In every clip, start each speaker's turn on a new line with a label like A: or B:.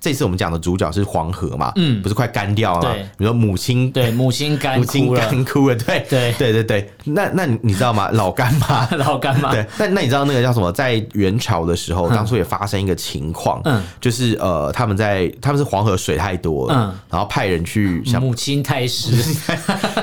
A: 这次我们讲的主角是黄河嘛，
B: 嗯
A: 不是快干掉了吗
B: 对？
A: 你说母亲，
B: 对，母亲干
A: 母亲
B: 枯了，
A: 干枯了，对，
B: 对，
A: 对对对。那那你你知道吗？老干妈
B: 老干妈，
A: 对，那那你知道那个叫什么？在元朝的时候，当初也发生一个情况，
B: 嗯
A: 就是呃，他们在他们是黄河水太多了，
B: 嗯
A: 然后派人去想
B: 母亲 太师，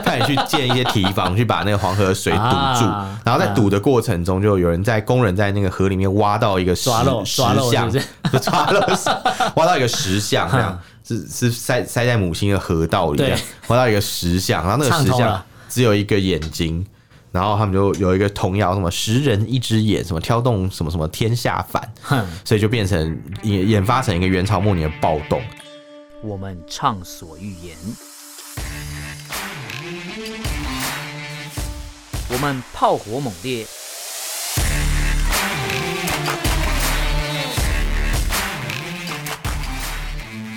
A: 派人去建一些堤防，去把那个黄河水堵住
B: 啊，
A: 然后在堵的过程中，就有人在工人在那个河里面挖到一个石
B: 抓漏
A: 石
B: 抓漏
A: 像
B: 是不，
A: 抓漏 石，挖到一个石像，这样是是塞塞在母亲的河道里，这样
B: 对
A: 挖到一个石像，然后那个石
B: 畅通
A: 像
B: 了
A: 只有一个眼睛。然后他们就有一个童谣，什么“十人一只眼”，什么挑动什么什么天下反，
B: 哼，
A: 所以就变成演演发成一个元朝末年的暴动。
B: 我们畅所欲言；我们炮火猛烈；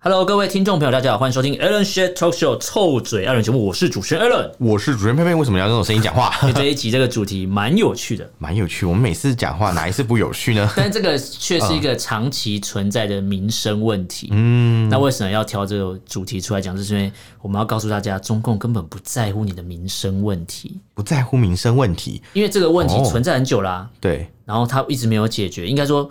B: Hello，各位听众朋友，大家好，欢迎收听 Alan s h a t Talk Show 臭嘴艾伦节目，我是主持人 Alan。
A: 我是主任佩佩，为什么要用这种声音讲话？
B: 这一集这个主题蛮有趣的，
A: 蛮有趣。我们每次讲话哪一次不有趣呢？
B: 但这个却是一个长期存在的民生问题。嗯，那为什么要挑这个主题出来讲？就是因为我们要告诉大家，中共根本不在乎你的民生问题，
A: 不在乎民生问题，
B: 因为这个问题
A: 哦
B: 存在很久啦、
A: 对，
B: 然后它一直没有解决。应该说，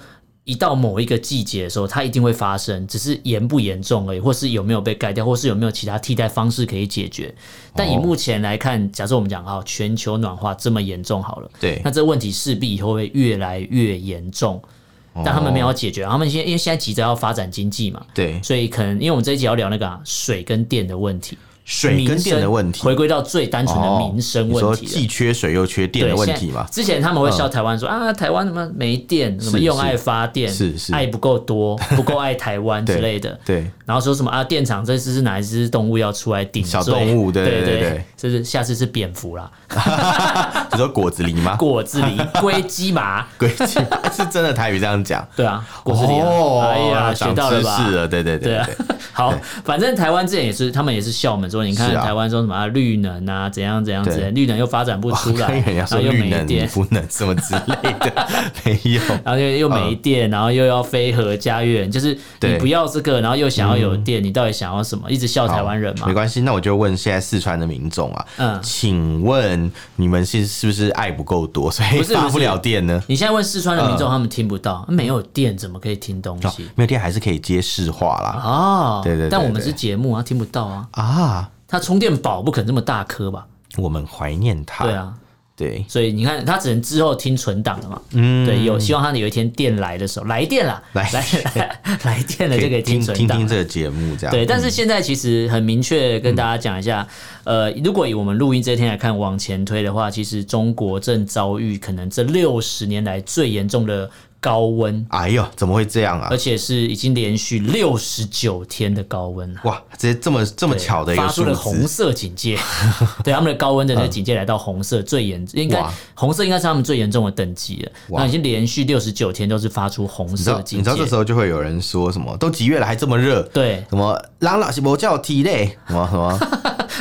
B: 一到某一个季节的时候，它一定会发生，只是严不严重而已，或是有没有被盖掉，或是有没有其他替代方式可以解决。但以
A: 哦
B: 目前来看，假设我们讲啊，全球暖化这么严重好了，
A: 对
B: 那这问题势必以后会越来越严重。但他们没有解决，他们现在因为现在急着要发展经济嘛，
A: 哦对
B: 所以可能因为我们这一集要聊那个、啊、水跟电的问题，
A: 水跟
B: 民
A: 电的
B: 生
A: 问题，
B: 回归到最单纯的
A: 哦
B: 民生
A: 你
B: 问
A: 说
B: 题了。
A: 既缺水又缺电
B: 对
A: 的问
B: 现在
A: 题嘛？嗯
B: 之前他们会笑台湾说、啊，台湾什么没电，什么
A: 是
B: 用爱发电，
A: 是是
B: 爱不 够多，不够爱台湾之类的。
A: 对，
B: 然后说什么啊，电厂这次是哪一只动物要出来顶罪？
A: 小动物对
B: 对
A: 对对
B: 对，就是下次是蝙蝠啦，
A: 你说果子狸吗？
B: 果 子狸、龟鸡麻，
A: 鬼鸡是真的台语这样讲。
B: 对啊，果子狸啊、哎呀，
A: 哦
B: 学
A: 长
B: 到
A: 知
B: 了吧？
A: 识了，对对
B: 对
A: 对
B: 啊
A: 对，，
B: 好，反正台湾之前也是，他们也是笑我们说，你看
A: 是啊
B: 台湾说什么、啊、绿能啊，怎样怎样
A: 对
B: 怎样，绿能又发展不 出
A: 我
B: 来，
A: 哦跟人家
B: 然后
A: 说
B: 又
A: 绿
B: 没
A: 能
B: 电，
A: 不能什么之类 的，没有。
B: 然后又又没电，然后又要飞核家园，就是你
A: 对嗯
B: 不要这个，然后又想要有电，你到底想要什么？一直笑台湾人
A: 没
B: 嘛。
A: 关系，那我就问现在四川的民众啊，
B: 嗯
A: 请问你们是是不是爱不够多，所以
B: 不是
A: 发
B: 不
A: 不
B: 是
A: 了电呢？
B: 你现在问四川的民众，他们听不到，没有电怎么可以听东
A: 哦
B: 西？
A: 没有电还是可以接市话啦。
B: 哦，
A: 对对对
B: 但我们
A: 对
B: 是节目啊，听不到啊。
A: 啊，
B: 它充电宝不可能这么大颗吧？
A: 我们怀念它。
B: 对，啊，
A: 对，
B: 所以你看，它只能之后听存档了嘛。
A: 嗯
B: 对，有希望它有一天电来的时候，来电啦，
A: 来
B: 来 来电了就可以
A: 听
B: 听存
A: 听
B: 档
A: 听
B: 了。
A: 这个节目这样。
B: 啊对，但是现在其实很明确跟大家讲一下，呃，如果以我们录音这一天来看，往前推的话，其实中国正遭遇可能这六十年来最严重的高温，
A: 哎呦，怎么会这样啊
B: 而？且是已经连续六十九天的高温了。
A: 哇，直接这么这么
B: 对
A: 巧的一
B: 发
A: 个
B: 出
A: 数
B: 了红
A: 字，嗯
B: 色 警戒，对他们的高温的那个警戒来到红色最严，应该
A: 哇
B: 红色应该是他们最严重的等级了。
A: 哇
B: 那已经连续六十九天都是发出红
A: 你知
B: 色
A: 道
B: 警戒，
A: 你知道这时候就会有人说什么，都几月了还这么热？
B: 对
A: 什么朗朗是不叫体嘞，什么什么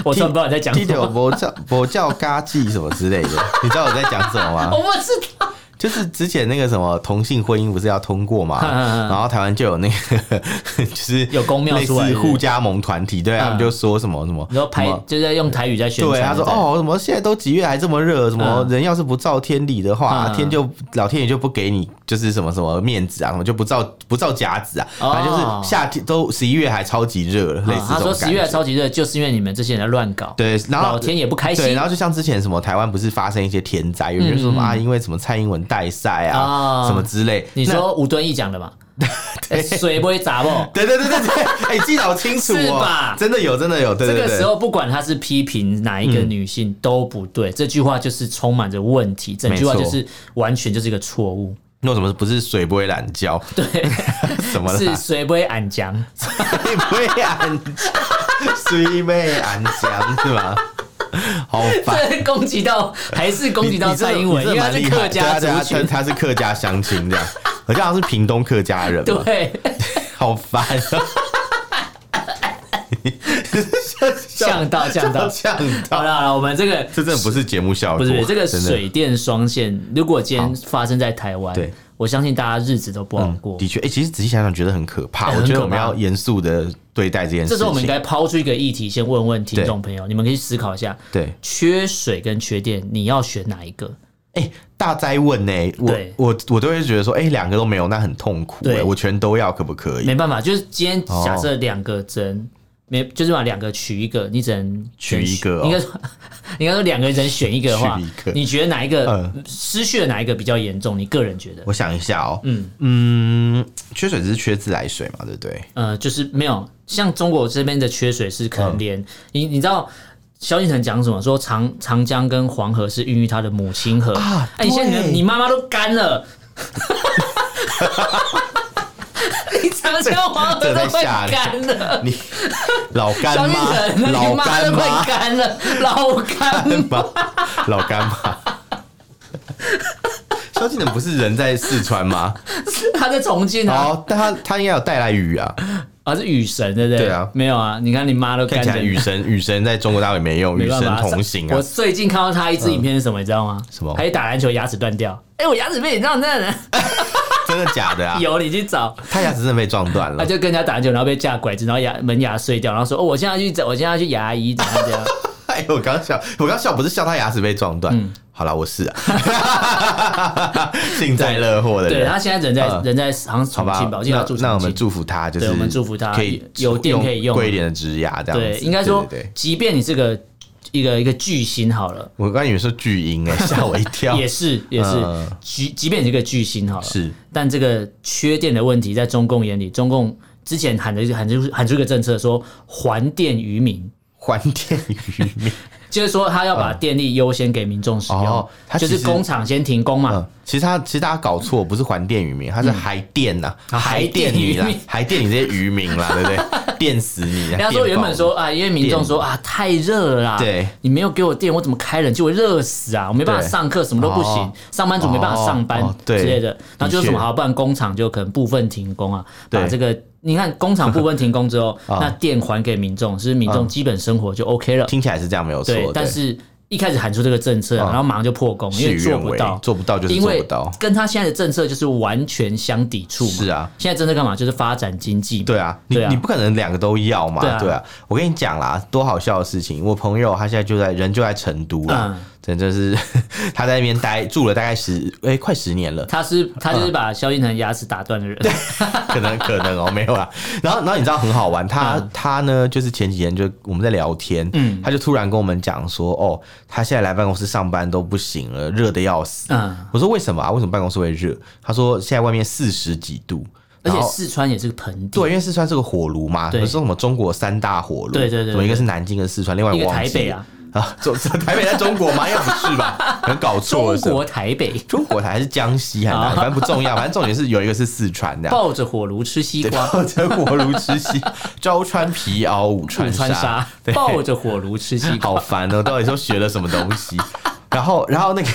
B: 我突然不知道你在 讲
A: 踢
B: 什
A: 掉
B: 么，
A: 不叫不叫嘎叽什么之类的，你知道我在讲什么吗
B: 我？不知道。
A: 就是之前那个什么同性婚姻不是要通过嘛，
B: 嗯嗯嗯
A: 然后台湾就有那个 就是
B: 有公庙
A: 类
B: 出来
A: 似
B: 是不是
A: 互加盟团体，对他们
B: 嗯
A: 就说什么什么，
B: 你说
A: 什
B: 拍
A: 么
B: 就是在用台语在宣传。
A: 对，他说
B: 不，
A: 哦，什么现在都几月还这么热，什么
B: 嗯
A: 人要是不照天理的话，
B: 嗯
A: 天就老天爷就不给你就是什么什么面子啊，什么就不照不照夹子啊，
B: 哦
A: 反正就是夏天都十一月还超级热了，类
B: 啊
A: 似
B: 他
A: 这种
B: 说
A: 感
B: 十月
A: 觉。
B: 超级热，就是因为你们这些人在乱搞，
A: 对，然后
B: 老天也不开
A: 对，
B: 心嗯
A: 然。后就像之前什么台湾不是发生一些天灾，有人就说什么啊，因为什么蔡英文带赛啊，
B: 啊
A: 什么之类。
B: 你
A: 那
B: 说吴敦义讲的嘛？哎水不会砸不？
A: 对对对对对，哎，记得好清楚
B: 是
A: 哦
B: 吧，
A: 真的有真的有，对
B: 这
A: 对
B: 个
A: 对。
B: 时候，不管他是批评哪一个女性都不对，这句话就是充满着问题，整句话
A: 没
B: 就
A: 错
B: 是完全就是一个错误。
A: 那为什么不是水不会懒 觉？对，什么啦
B: 是谁不会俺讲？
A: 水妹安江，水妹安江是吗？好 烦。
B: 这攻击到还是攻击
A: 你
B: 到
A: 你真
B: 蔡
A: 的
B: 英文，
A: 你真
B: 因
A: 的
B: 为他
A: 蛮
B: 是
A: 厉害
B: 客家
A: 对啊对啊
B: 族群
A: 他，他是客家乡亲这样。我记得好像是屏东客家人嘛，
B: 对，
A: 好烦啊！
B: 呛到呛到。
A: 呛
B: 好
A: 到，
B: 了好了，我们这个
A: 这真的不是节目效果，
B: 不是这个
A: 真的
B: 水电双线，如果今天发生在台湾
A: 对，
B: 我相信大家日子都不好过。
A: 的确，哎、其实仔细想想，觉得很可怕。我
B: 哎
A: 觉
B: 很
A: 得
B: 可
A: 我们
B: 怕
A: 要严肃的对待这件事情。
B: 这时候我们应该抛出一个议题，先问问听众朋友，你们可以思考一下：
A: 对，
B: 缺水跟缺电，你要选哪一个？
A: 哎、大灾问呢、我
B: 对
A: 我我都会觉得说，哎、两个都没有，那很痛苦、
B: 对
A: 哎，我全都要，可不可以
B: 没？办法，就是今天
A: 哦
B: 假设两个针，没就是把两个取一个，你只能
A: 取一个哦
B: 应该说， 应该说两个人选一个的话
A: 取一个，
B: 你觉得哪一个
A: 嗯
B: 失去了哪一个比较严重？你个人觉得？
A: 我想一下哦、嗯缺水只是缺自来水嘛，对不对？
B: 呃，就是没有像中国这边的缺水是
A: 嗯
B: 可能连、你你知道。萧敬腾讲什么？说长长江跟黄河是孕育他的母亲河
A: 啊
B: 哎，你现在你的
A: 对
B: 你妈妈都 干了，你长江黄河
A: 这
B: 都
A: 太
B: 会
A: 吓人
B: 干了。
A: 你老
B: 萧
A: 干
B: 敬腾，
A: 妈，
B: 你
A: 老
B: 妈都
A: 干
B: 快
A: 妈，
B: 干了，老干 妈。
A: 老干妈。萧敬腾不是人在四川 吗？
B: 他在重庆啊，
A: 哦，但他他应该有带来雨啊，
B: 啊是雨神对不对？
A: 对啊
B: 没有啊，你看你妈都
A: 看
B: 干
A: 起来
B: 成
A: 雨神雨神在中国大陆也没用，
B: 没
A: 雨
B: 办
A: 神
B: 法
A: 同行啊
B: 我。最近看到他一支影片是什么，你知道吗？
A: 什么
B: 他一打篮球牙齿断掉，哎，我牙齿被你撞 断了，
A: 真的假的啊？
B: 有你去找。
A: 他牙齿真的被撞断
B: 他
A: 了。
B: 就跟人家打篮球，然后被架拐子，然后牙门牙碎掉，然后说：“哦，我现在去找，我现在去牙医，怎样 怎样。
A: 哎，我刚笑，我刚笑不是笑他牙齿被撞断。
B: 嗯
A: 好啦，我是啊， 幸灾乐祸”的
B: 对
A: 人。
B: 他现在人在
A: 嗯
B: 人在好像是
A: 好
B: 重
A: 吧
B: 庆吧，我，记得
A: 那
B: 他住
A: 那我
B: 重
A: 们
B: 庆。
A: 祝福他，就是
B: 对我们祝福他
A: 可以
B: 有电可以用啊
A: 贵一点的植牙这样子。
B: 对，应该说
A: 对对对，
B: 即便你是个一个一个巨星好了，
A: 我刚以为是巨婴 哎，吓我一跳。
B: 也是也是
A: 嗯，
B: 即即便你是个巨星好了，
A: 是
B: 但这个缺电的问题，在中共眼里，中共之前喊的喊出喊出一个政策，说还电于民，
A: 还电于民
B: 就是说他要把电力优先给民众使用，
A: 嗯哦他
B: 就
A: 其
B: 是
A: 实
B: 工厂先停工嘛。
A: 嗯，其实他其实大家搞错，不是还电于民，他是还电呐，
B: 嗯啊
A: 还电你啦
B: 还电渔民，
A: 还电你这些渔民啦，对不对？电死你！
B: 人
A: 电
B: 家
A: 爆
B: 说原本
A: 你
B: 说啊，因为民众说啊太热了啦，
A: 对，
B: 你没有给我电，我怎么开冷气？我热死啊，我没办法
A: 对
B: 上课，什么都不行
A: 哦，
B: 上班族没办法上班
A: 哦哦
B: 之
A: 对
B: 类的。然后就是什
A: 的确
B: 么好，不然工厂就可能部分停工啊，
A: 对
B: 把这个你看工厂部分停工之后，
A: 啊嗯
B: 那电还给民众，是不是民众基本生活就 OK 了。
A: 听起来是这样没有错
B: 对，，但是一开始喊出这个政策，然后马上就破功，因
A: 事
B: 为
A: 与
B: 做
A: 愿
B: 不
A: 违
B: 到，。
A: 做不到就是
B: 因
A: 做不
B: 为
A: 到。
B: 跟他现在的政策就是完全相抵触嘛。
A: 是啊，
B: 现在政策干嘛？就是发展经济嘛。
A: 对啊，你
B: 对啊
A: 你不可能两个都要嘛
B: 对啊，
A: 对啊。我跟你讲啦，多好笑的事情！我朋友他现在就在人就在成都啦
B: 嗯，
A: 真的是 他在那边待住了大概十哎快十年了，
B: 他是他就是把萧敬腾牙齿打断的人，
A: 可能可能哦，没有啦。然后然后你知道很好玩，他、
B: 嗯
A: 他呢就是前几天就我们在聊天，嗯，他就突然跟我们讲说，哦，他现在来办公室上班都不行了，热的要死。
B: 嗯，
A: 我说为什么啊？为什么办公室会热？他说现在外面四十几度，
B: 而
A: 然
B: 且
A: 后
B: 四川也是个盆地，
A: 对，因为四川是个火炉嘛，
B: 对
A: 不是说什么中国三大火炉，
B: 对对对
A: 什么一个是南京，一个是四川，另外
B: 一
A: 我
B: 个
A: 忘
B: 台
A: 记
B: 北
A: 了
B: 啊，
A: 啊，中中台北在中国吗？应该不是吧？可能搞错
B: 中
A: 了是吧。
B: 国台北
A: 中国台还是江西还是哪
B: 啊
A: 里，反正不重要，反正重点是有一个是四川的。
B: 抱着火炉吃西
A: 对，
B: 瓜，
A: 抱着火炉吃西， 朝穿皮袄，午
B: 不
A: 穿
B: 穿纱，
A: 对，
B: 抱着火炉吃西瓜，
A: 好烦哦！到底说学了什么东西？然后，然后那个、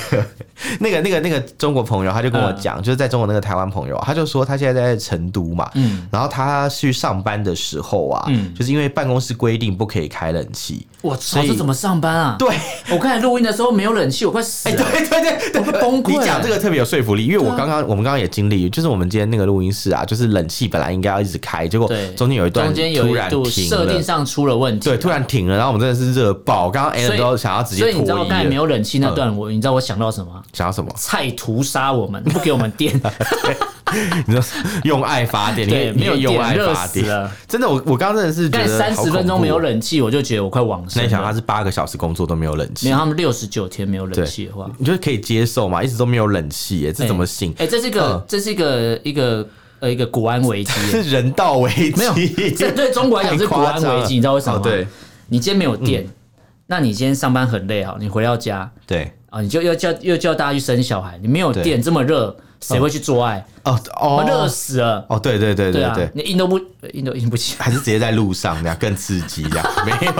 A: 那个、那个、那个中国朋友，他就跟我
B: 嗯
A: 讲，就是在中国那个台湾朋友，他就说他现在在成都嘛，
B: 嗯
A: 然后他去上班的时候啊，
B: 嗯
A: 就是因为办公室规定不可以开冷气，
B: 我操，
A: 所以
B: 这怎么上班啊？
A: 对，
B: 我刚才录音的时候没有冷气，我快死
A: 哎，
B: 了。
A: 对对对对，
B: 我会崩溃啊
A: 你讲这个特别有说服力，因为我刚刚、我们刚刚也经历，就是我们今天那个录音室啊，就是冷气本来应该要一直开，结果
B: 对，
A: 中间有一段
B: 中间有
A: 突然
B: 一度
A: 停
B: 设
A: 了
B: 定。上出了问题，
A: 对，突然停了，然后我们真的是热爆。刚刚 a l
B: 所
A: n
B: 以
A: 都想要直接
B: 所
A: 脱
B: 以你知道
A: 衣
B: 刚才
A: 了嗯
B: 没有冷气那段，我你知道我想到什么？
A: 想要什么？
B: 菜屠杀我们， 不给我们 电，
A: 你说 用爱发电，你
B: 对，
A: 你
B: 没有
A: 用爱
B: 电，热
A: 发
B: 死
A: 电。
B: 了。
A: 真的，我我刚刚真的是觉
B: 干
A: 得
B: 三十分钟没有。冷气，我就觉得我快往
A: 那
B: 生
A: 你哦想，
B: 了
A: 他。是八个小时工作都没有冷
B: 没
A: 气
B: 有，，他们六十九天没有冷
A: 对
B: 气的话，
A: 你觉得可以接受吗？一直都没有冷气耶，这怎么嗯行？，
B: 哎、这是一个、这是一个一个呃一个国安危机
A: 是人道危机，
B: 没有， 这对中国来讲 是
A: 太
B: 国
A: 夸
B: 安
A: 张
B: 危
A: 了
B: 机，你知道为什么
A: 哦
B: 吗？
A: 对嗯
B: 你今天没有电，那你今天上班很累哈，你回到家
A: 对，
B: 啊，你就要叫又叫大家去生小孩，你没有
A: 对嗯
B: 电这么热，谁会去做爱？
A: 哦
B: 我热、
A: 哦
B: 死了。
A: 哦，对对对
B: 对
A: 对
B: 啊
A: 对，，
B: 你硬都不硬都硬不起来。
A: 还是直接在路上这样更刺激，这样没有。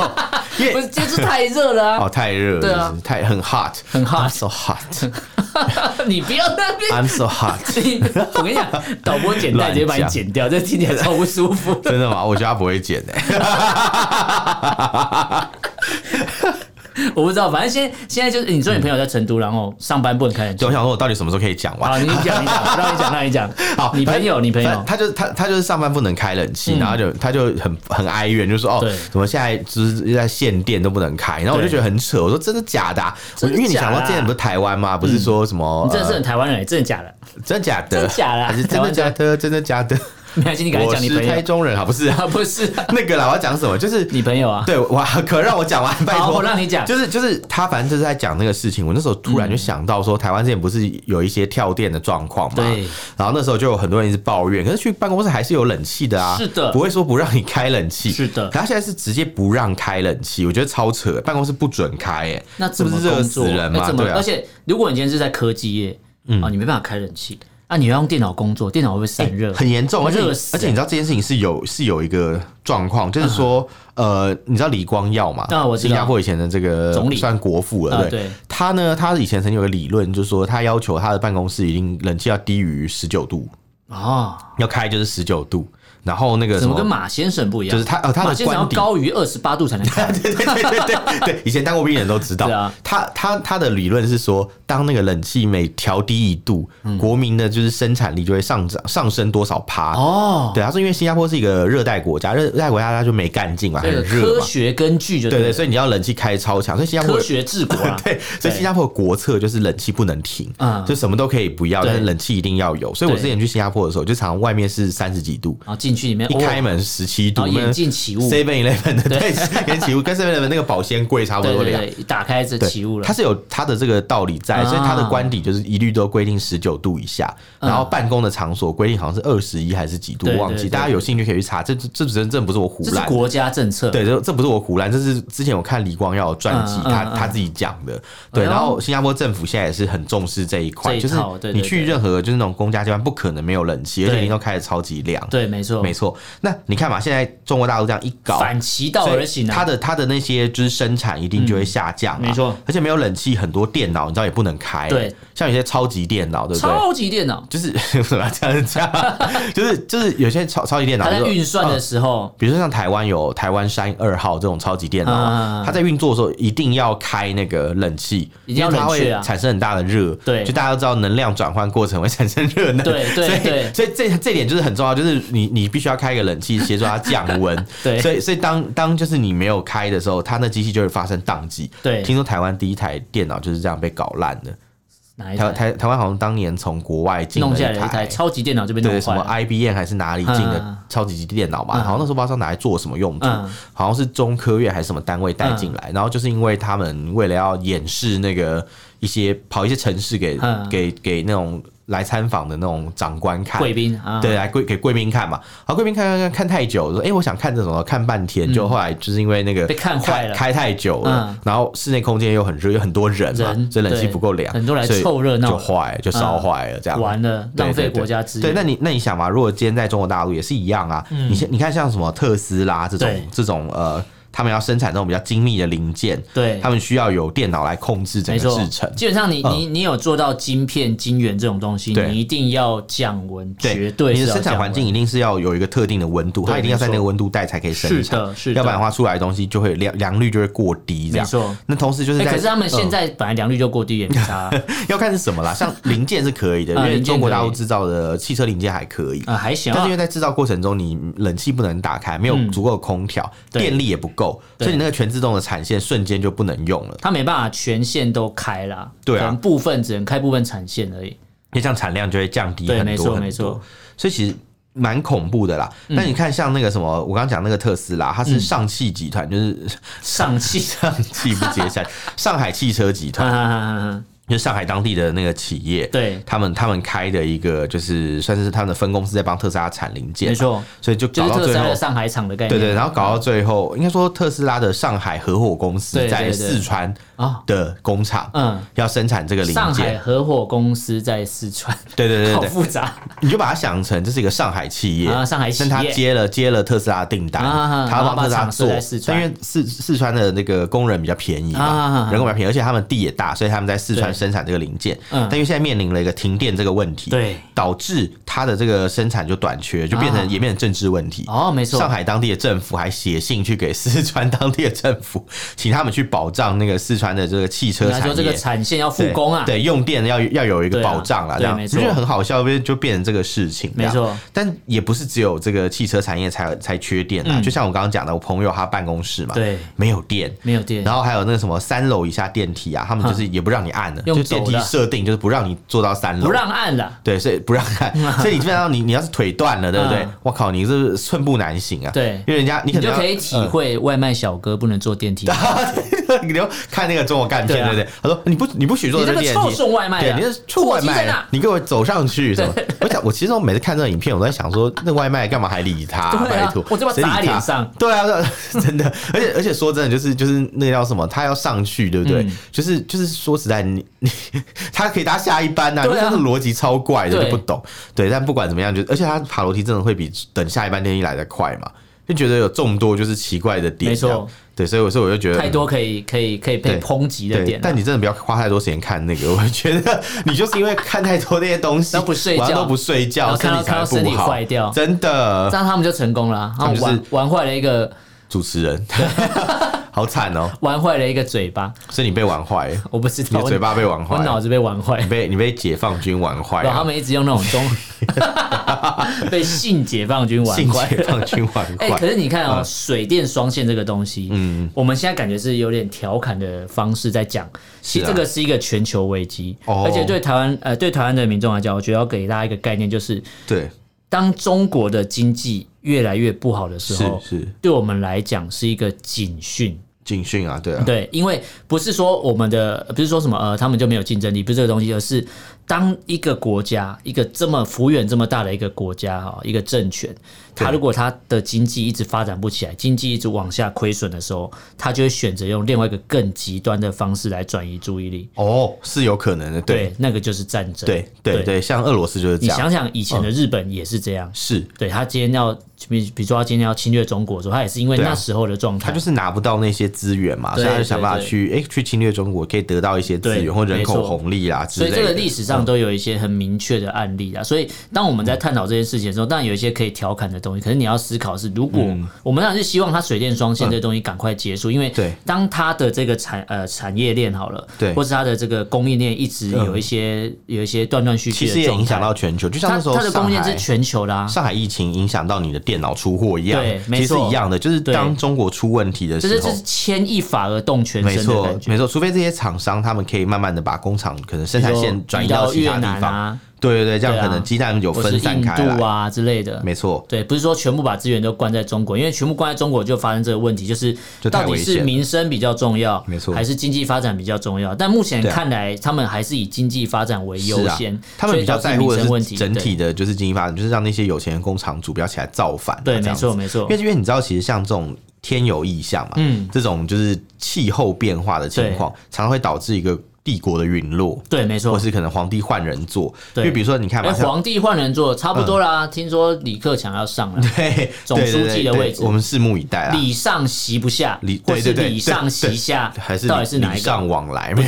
A: 因
B: 不
A: 为
B: 是，就是太热了啊！
A: 哦太热了，
B: 对啊
A: 是不是太很 hot，
B: 很 hot
A: I'm so hot，I'm
B: 你不要那边
A: so hot，
B: 你 我跟你讲，导播剪带直接把你剪掉，这听起来超不 舒服。
A: 真的吗？我觉得他不会剪欸诶、
B: 我不知道，反正现在现在就是你说你朋友在成都，然后上班不能开冷 气
A: 对，我。想说我到底什么时候可以讲完
B: 好，？你讲你讲，让你讲让你讲。
A: 好，
B: 你朋友
A: 反
B: 你朋友
A: 反，他就他他就是上班不能开冷气，然后就他就很很哀怨，就说哦
B: 嗯对，
A: 怎么现在就是在限电都不能开，然后我就
B: 对
A: 觉得很扯，我说真的假的啊？我
B: 真的
A: 因为你
B: 假
A: 想
B: 的嗯
A: 到之前不是台湾吗？不是说什么
B: 你真的是
A: 呃
B: 很台湾人，真的假的？
A: 真假的，
B: 真假的啊
A: 还是真的假的，真的假的？
B: 没关系，你赶快
A: 我
B: 讲你
A: 是
B: 朋
A: 台
B: 友
A: 中人啊，不是啊，
B: 啊，不是啊
A: 那个啦，我要讲什么？就是
B: 你朋友啊。
A: 对，我可让我讲完，拜
B: 好，
A: 托
B: 我，让你讲。嗯
A: 就是就是他反正就是在讲那个事情，我那时候突然就想到说，台湾之前不是有一些跳电的状况嘛
B: 对，
A: 然后那时候就有很多人一直抱怨，可是去办公室还是有冷气的啊，
B: 是的
A: 不会说不让你开冷气，
B: 是的
A: 可他现在是直接不让开冷气，我觉得超扯，办公室不准开，哎，
B: 那怎
A: 这
B: 么
A: 不是热
B: 工作？
A: 死人
B: 那
A: 嘛？
B: 怎么？
A: 对
B: 而
A: 啊，嗯
B: 且如果你今天是在科技业，啊，你没办法开冷气，啊，你要用电脑工作，电脑会不会散热？
A: 很严重，而且
B: 热
A: 而
B: 死
A: 且你知道这件事情是有是有一个状况，就是说，呃，你知道李光耀嘛？
B: 啊啊我知道
A: 新加坡以前的这个
B: 总理
A: 算国父了，
B: 啊
A: 对，
B: 对，
A: 他呢，他以前曾经有个理论，就是说他要求他的办公室一定冷气要低于十九度，
B: 哦，
A: 要开就是十九度，然后那个什
B: 怎么
A: 么，
B: 跟马先生不一样？
A: 就是他呃他
B: 马
A: 的
B: 先生要
A: 观点。
B: 高于二十八度才能 开。
A: 对对对对对对，以前当过兵的人都知道。
B: 对啊
A: 他他他的理论是说，当那个冷气每调低一度，
B: 嗯
A: 国民的就是生产力就会上涨上升多少趴。
B: 哦，
A: 对，他说因为新加坡是一个热带国家，热热带国家它就没干劲嘛，
B: 这
A: 很
B: 个
A: 热
B: 科
A: 嘛。
B: 学根据就
A: 对对，
B: 对了，
A: 所以你要冷气开超强，所以新加坡。
B: 科学治国 啊
A: 对，所以新加坡的国策就是冷气不能停，
B: 嗯
A: 就什么都可以不要，
B: 对
A: 但是冷气一定要有。所以我
B: 对
A: 之前去新加坡的时候，就常常外面是三十几度，
B: 然后进去里面
A: 一开
B: 哦
A: 门十七度，
B: 然后眼镜起雾
A: Seven Eleven 的对，跟起雾跟 Seven Eleven 那个保鲜柜差不
B: 对
A: 多
B: 对
A: 量。
B: 对，一打开这
A: 对
B: 起雾了
A: 它。是有它的这个道理在，所以它的
B: 啊
A: 官邸就是一律都规定十九度以下，然后办公的场所规定好像是二十一还是几度
B: 嗯对，对
A: 忘记。
B: 对
A: 大家有兴趣可以去查，这这这真正不是我胡
B: 这是
A: 乱的。
B: 国家政策，
A: 对，这这不是我胡乱，这是之前我看李光耀的传记，
B: 嗯嗯
A: 他
B: 嗯
A: 他自己讲的。对，
B: 哎呦
A: 然后新加坡政府现在也是很重视这一块，
B: 这一
A: 就是
B: 套对对
A: 你去任何就是那种公家机关，不可能没有冷气，而且
B: 对
A: 一定都开的超级凉。
B: 对，没错，
A: 没错。那你看嘛，现在中国大陆这样一搞，
B: 反其道
A: 所
B: 而
A: 以
B: 行
A: 它
B: 啊。
A: 的它的那些就是生产一定就会下降、啊
B: 嗯没错。
A: 而且没有冷气，很多电脑你知道也不能开、
B: 对，
A: 像有些超级电脑，对不对？
B: 超级电脑，
A: 就是 怎么这样讲， 就是就是有些超超级电脑，
B: 它在
A: 就是
B: 运算
A: 嗯
B: 的时候，
A: 比如说像台湾有台湾山二号这种超级电脑啊，
B: 啊
A: 它在运作的时候一定要开那个冷气，
B: 一定要
A: 因为它
B: 冷却
A: 会
B: 啊
A: 产生很大的热。
B: 对
A: 就大家都知道能量转换过程会产生热能。
B: 对对对。
A: 所以所以这这点就是很重要，就是你你必须要开一个冷气协助它降温
B: 对
A: 所以所以当当就是你没有开的时候，它那机器就会发生宕机。
B: 对
A: 听说台湾第一台电脑就是这样被搞烂的。
B: 哪一
A: 台台
B: 台
A: 台湾好像当年从国外进了
B: 弄
A: 一
B: 下来一台超级电脑就被
A: 对
B: 弄
A: 什
B: 坏
A: 么
B: 了，
A: IBM 还是哪里进
B: 嗯
A: 的超级电脑嘛，
B: 嗯
A: 好像那时候不知道是拿来做什么用途，
B: 嗯
A: 好像是中科院还是什么单位带进来，然后就是因为他们为了要掩饰那个一些跑一些城市给、
B: 嗯
A: 给给那种来参访的那种长官看。
B: 贵宾啊，
A: 对，来贵给贵宾看嘛，好，贵宾看看看看太久，说哎、诶我想看这种的，看半天，就后来就是因为那个
B: 嗯被看坏了
A: 开开太久了，
B: 嗯
A: 然后室内空间又很热，有很多人嘛，
B: 人
A: 所以冷气
B: 对
A: 不够凉，
B: 很多人来
A: 所以
B: 凑热闹
A: 就坏了就烧
B: 嗯
A: 坏了，这样
B: 完了，
A: 啊对
B: 浪费
A: 对对
B: 国家资
A: 对，那
B: 源。嗯
A: 你那你想嘛，如果今天在中国大陆也是一样啊，你像你看像什么特斯拉这
B: 对
A: 种这种呃，他们要生产这种比较精密的零件，
B: 对
A: 他，们需要有电脑来控制整
B: 没
A: 个
B: 错
A: 制程，。
B: 基本上你
A: 嗯
B: 你你有做到晶片、晶圆这种东西，
A: 对
B: 你一定要降温，绝对
A: 你
B: 是
A: 的
B: 要
A: 生产
B: 降
A: 环境
B: 温
A: 一定是要有一个特定的温度，
B: 对
A: 它一定要在
B: 没错
A: 那个温度带才可以生
B: 是
A: 产，
B: 的，是的，
A: 要不然的话出来的东西就会良良率就会过低，这
B: 没
A: 样。
B: 错。
A: 那同时就是
B: 哎，
A: 在，
B: 可是他们
A: 嗯
B: 现在本来良率就过低，也没 差
A: 要看是什么啦，像零件是可以的，因
B: 啊
A: 为
B: 零件
A: 中国大陆
B: 可以
A: 制造的汽车零件还可以，
B: 啊，还行
A: 但是因
B: 啊
A: 为。在制造过程中，你冷气不能打开，没有足够的空调，
B: 嗯对
A: 电力也不够，
B: 对
A: 所以你那个全自动的产线瞬间就不能用了，
B: 它没办法全线都开啦，
A: 对啊
B: 可能部分只能开部分产线而已。
A: 因为这样产量就会降低
B: 对，
A: 很
B: 没
A: 多
B: 错，
A: 很
B: 没
A: 多
B: 错。，嗯
A: 所以其实。蛮恐怖的啦，那你看像那个什么，我刚刚讲那个特斯拉，它是上汽集团，就是
B: 上汽，
A: 上汽不接下来，上海汽车集
B: 哈
A: 团，
B: 哈哈哈哈，
A: 就上海当地的那个企业，
B: 嗯对
A: 他们他们开的一个就是算是他们的分公司在帮特斯拉产零件嘛，
B: 没错
A: 所以就
B: 就
A: 搞
B: 是
A: 到
B: 特斯
A: 最
B: 拉
A: 后
B: 的。上海厂的概
A: 对
B: 念。
A: 对，然后搞到最后，应该说特斯拉的上海合伙公司
B: 对对
A: 在
B: 对
A: 四川
B: 啊
A: 的工厂，
B: 嗯，
A: 要生产这个零
B: 上海
A: 件。
B: 合伙公司在四川，
A: 对对对
B: 好
A: 对对，
B: 复杂。
A: 你就把它想成这是一个上海企业，
B: 啊上海企业
A: 但他接了接了特斯拉的订单，
B: 啊啊啊
A: 他要帮特斯
B: 然后把
A: 拉
B: 厂设
A: 做
B: 在四，
A: 但
B: 川
A: 因为四四川的那个工人比较便宜
B: 啊啊
A: 嘛
B: 啊，
A: 人工比较便宜，而且他们地也大，所以他们在四川
B: 对
A: 生产这个零件。
B: 嗯
A: 但因为现在面临了一个停电这个问题，
B: 对
A: 导致它的这个生产就短缺，就变成
B: 啊
A: 也变成政治问题。
B: 哦，没错，
A: 上海当地的政府还写信去给四川当地的政府，请他们去保障那个四川的这个汽车
B: 他
A: 产
B: 说
A: 业。
B: 这个产线要复工啊，
A: 对，对用电要要有一个
B: 对啊
A: 保障啦，
B: 对
A: 这样
B: 没
A: 就
B: 错
A: 觉得很好笑，因为就变成这个事情，
B: 没错。
A: 但也不是只有这个汽车产业才才缺电啊，
B: 嗯
A: 就像我刚刚讲的，我朋友他办公室嘛，
B: 对，
A: 没有电。
B: 没有电
A: 然，后还有那个什么三楼以下电梯啊，他们就是也不让你按了，
B: 用
A: 就电
B: 走
A: 梯
B: 的
A: 设定就是不让你坐到三楼，
B: 不让按了。
A: 对，所以不让 看，所以你基本上你你要是腿断了，对不对
B: 嗯？
A: 我靠，你是寸步难行啊！
B: 对
A: 因为人家你可能
B: 你就
A: 要嗯
B: 可以体会外卖小哥不能坐电 梯，
A: 呃 你要看那个中国干片，
B: 对啊
A: 对不对？他说你不你不许坐
B: 你
A: 这
B: 这
A: 个
B: 个
A: 电
B: 臭
A: 梯。
B: 送外卖
A: 对，
B: 啊，
A: 你是出外
B: 火鸡在
A: 卖
B: 哪，？
A: 你给我走上去什么？ 我想，我其实我每次看这个影片，我都在想说，那外卖干嘛还理他、
B: 对
A: 拜
B: 啊
A: 托，
B: 我就把它
A: 谁理
B: 砸脸
A: 他
B: 上。
A: 对啊，对 啊真的，而且而且说真的，就是就是那叫什么，他要上去，对不
B: 嗯
A: 对？就是就是说实在，你你 他可以搭下一班呐、啊，
B: 对啊
A: 这个逻辑超怪的，
B: 对
A: 就不懂。对，但不管怎么样，就而且他爬楼梯真的会比等下一班电梯来的快嘛？就觉得有众多就是奇怪的点，
B: 没错
A: 这样。对，所以我所以我就觉得
B: 太多可以可以可以被
A: 对
B: 抨击的
A: 对，
B: 点啊，
A: 但你真的不要花太多时间看那个，我觉得你就是因为看太多那些东西，
B: 然后不睡觉
A: 晚上都不睡
B: 然
A: 觉，
B: 后看到
A: 体才
B: 看到身
A: 会
B: 体
A: 不好，
B: 坏掉
A: 真的
B: 这。样他们就成功了啊，他
A: 们
B: 们
A: 就是
B: 玩玩坏了一个
A: 主持 人，好惨哦，
B: 玩坏了一个嘴巴，
A: 是你被玩坏，
B: 我不知
A: 你
B: 道
A: 的嘴巴被玩
B: 哦我，我
A: 坏，哎
B: 脑子被玩坏
A: 你，被你被解放军玩坏啊
B: 然后他
A: 了，
B: 们一直用那种中 被性解放军玩
A: 性
B: 坏。
A: 解放军玩
B: 哎、可
A: 坏，
B: 是你看哦、水电双线这个东西，嗯，我们现在感觉是有点调侃的方式在讲，其实
A: 是啊
B: 这个是一个全球危机，
A: 哦
B: 而且对台湾呃对台湾的民众来讲，我觉得要给大家一个概念，就是
A: 对，
B: 当中国的经济越来越不好的时
A: 是
B: 候，
A: 是
B: 对我们来讲是一个警讯。
A: 警讯啊，对啊，
B: 对，因为不是说我们的不是说什么呃，他们就没有竞争力，不是这个东西，而是当一个国家一个这么幅员这么大的一个国家哈，一个政权，它
A: 对
B: 如果它的经济一直发展不起来，经济一直往下亏损的时候，它就会选择用另外一个更极端的方式来转移注意力。
A: 哦，是有可能的，对
B: 对，那个就是战争。
A: 对对对，像俄罗斯就是这
B: 你
A: 样，
B: 想想以前的日本也是这样。
A: 是
B: 对他今天要，比比如说他今天要侵略中国的时候，他也是因为
A: 对啊
B: 那时候的状态，
A: 他就是拿不到那些资源嘛，所
B: 对
A: 以他就想办法
B: 对对
A: 去哎、诶去侵略中国，可以得到一些资
B: 对
A: 源或人
B: 没
A: 口
B: 错
A: 红利啦啊之
B: 所
A: 类
B: 以
A: 的。
B: 这个历史上都有一些很明确的案例啊。所以当我们在探讨这件事情的时候，当然有一些可以调侃的东西，可是你要思考是，如果
A: 嗯
B: 我们当然是希望它水电双线这东西赶快结束，因为
A: 对
B: 当它的这个产呃产业链好了，
A: 对嗯
B: 或是它的这个供应链一直有一些有一些断断续续
A: 其
B: 的
A: 实
B: 状态，
A: 也影响到全球，就像
B: 它
A: 那时候
B: 它的供
A: 上
B: 应链
A: 海
B: 是全球的啊。
A: 上海疫情影响到你的电脑出货一样
B: 对，没
A: 其实是
B: 错
A: 一样的，就是
B: 对
A: 当中国出问题的
B: 就是
A: 时
B: 这
A: 候
B: 是。牵一发而动全
A: 没
B: 身的
A: 错
B: 感，觉，
A: 没错，除非这些厂商他们可以慢慢的把工厂可能生产线转移
B: 比如
A: 其
B: 说
A: 他
B: 移到越
A: 地
B: 南
A: 方，
B: 啊，
A: 对对对，这样
B: 对啊
A: 可能鸡蛋有
B: 或是
A: 分散
B: 印
A: 开
B: 度
A: 来，
B: 啊之类的，
A: 没错，
B: 对，不是说全部把资源都灌在中国，因为全部灌在中国就发生这个问题，就是
A: 就太
B: 到底
A: 危险
B: 是
A: 了
B: 民生比较重要，
A: 没错
B: 还是经济发展比较重要？但目前
A: 对啊
B: 看来，他们还是以经济发展为优
A: 是啊
B: 先，，
A: 他们
B: 所以
A: 比较
B: 导致
A: 在
B: 民
A: 乎
B: 生
A: 的
B: 问
A: 是
B: 题
A: 整
B: 对
A: 体的，就是经济发展，就是让那些有钱的工厂主不要起来造反啊、
B: 对，
A: 这
B: 没
A: 样子
B: 错没错
A: 因，为因为你知道，其实像这种天有异象嘛，
B: 嗯
A: 这种就是气候变化的情况，常常会导致一个帝国的陨落，
B: 对，没错
A: 或。是可能皇帝换人做。
B: 对
A: 因为比如说，你看
B: 哎，
A: 嘛，像
B: 皇帝换人做差不多啦，听说李克强要上了，
A: 嗯对
B: 总
A: 对对
B: 书记
A: 对
B: 的
A: 对
B: 位置
A: 我们拭目以待啊啦。
B: 礼上席不下，
A: 礼
B: 或
A: 对
B: 是
A: 对对，
B: 礼上
A: 对
B: 席
A: 对
B: 下，
A: 还是
B: 到底是
A: 礼
B: 哪一
A: 礼
B: 个？
A: 上往来？没有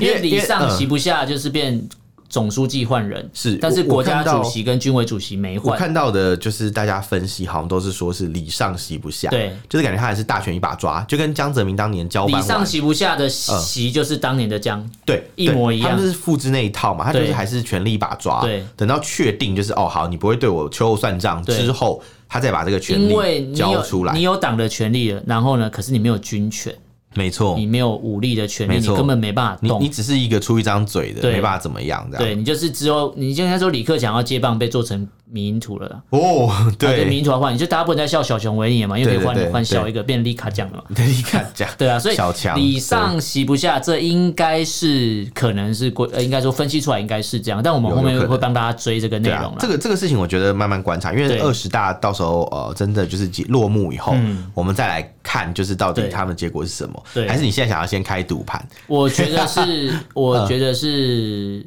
B: 因为礼上
A: 嗯
B: 席不下就是变总书记换人，
A: 是
B: 但是
A: 我
B: 国
A: 我
B: 家
A: 看到
B: 主席跟军委主席没
A: 我
B: 换，
A: 看到的就是大家分析，好像都是说是礼上席不下，
B: 对，
A: 就是感觉他还是大权一把抓，就跟江泽民当年交
B: 礼
A: 班
B: 上
A: 完，
B: 席不下的席就是当年的江，
A: 对，
B: 一
A: 对
B: 模一样
A: 他们就是复制那一套嘛，他就是
B: 对
A: 还是权力一把抓，
B: 对
A: 等到确定就是哦好，你不会对我秋后算账
B: 对
A: 之后，他再把这个权
B: 因为
A: 力
B: 你
A: 交
B: 有
A: 出来
B: 你，有党的权利了，然后呢，可是你没有军权，
A: 没错，
B: 你没有武力的权利，
A: 没
B: 你
A: 错
B: 根本没办法
A: 你你
B: 动。
A: 只是一个出一张嘴的，
B: 对
A: 没办法怎么样这样。
B: 对你就是只有你就应该说李克强要接棒被做成迷因图了啦。啊
A: 哦，
B: 对 迷
A: 对，
B: 因图的话，你就大家不能再笑小熊维尼了嘛，因为可以
A: 对对
B: 换
A: 对
B: 换笑
A: 对
B: 一个变丽卡酱了嘛。
A: 你敢讲？
B: 对啊，所以
A: 小强
B: 礼上席不下，这应该是可能是归呃，应该说分析出来应该是这样，但我们
A: 有
B: 后面
A: 有可能
B: 会帮大家追这个内
A: 对
B: 容
A: 啊
B: 了。，
A: 这个这个事情我觉得慢慢观察，因为
B: 对
A: 二十大到时候呃真的就是结落幕以后，我们再来看就是到底
B: 嗯对
A: 他们结果是什么
B: 对。
A: 还是你现在想要先开赌盘，
B: 我觉得是， 我觉得是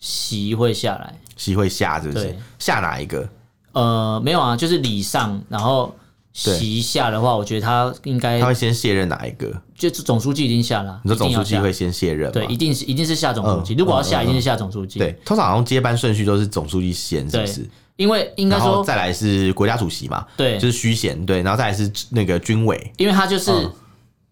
B: 席会下来，
A: 席会下是不是
B: 对？
A: 下哪一个？
B: 呃，没有啊，就是礼上，然后
A: 对
B: 席下的话，我觉得他应该
A: 他会先卸任哪一个？
B: 就是总书记已经下了，
A: 你说总书
B: 一定
A: 记
B: 要下
A: 会先卸任吗？
B: 对，一定是一定是下总书记，
A: 嗯
B: 如果要下，
A: 嗯嗯
B: 一定是下总书记，
A: 对，，通常好像接班顺序都是总书记先，是不是？
B: 因为应该
A: 然后
B: 说
A: 再来是国家主席嘛，
B: 对
A: 就是虚衔，对，然后再来是那个军委，
B: 因为他就是
A: 嗯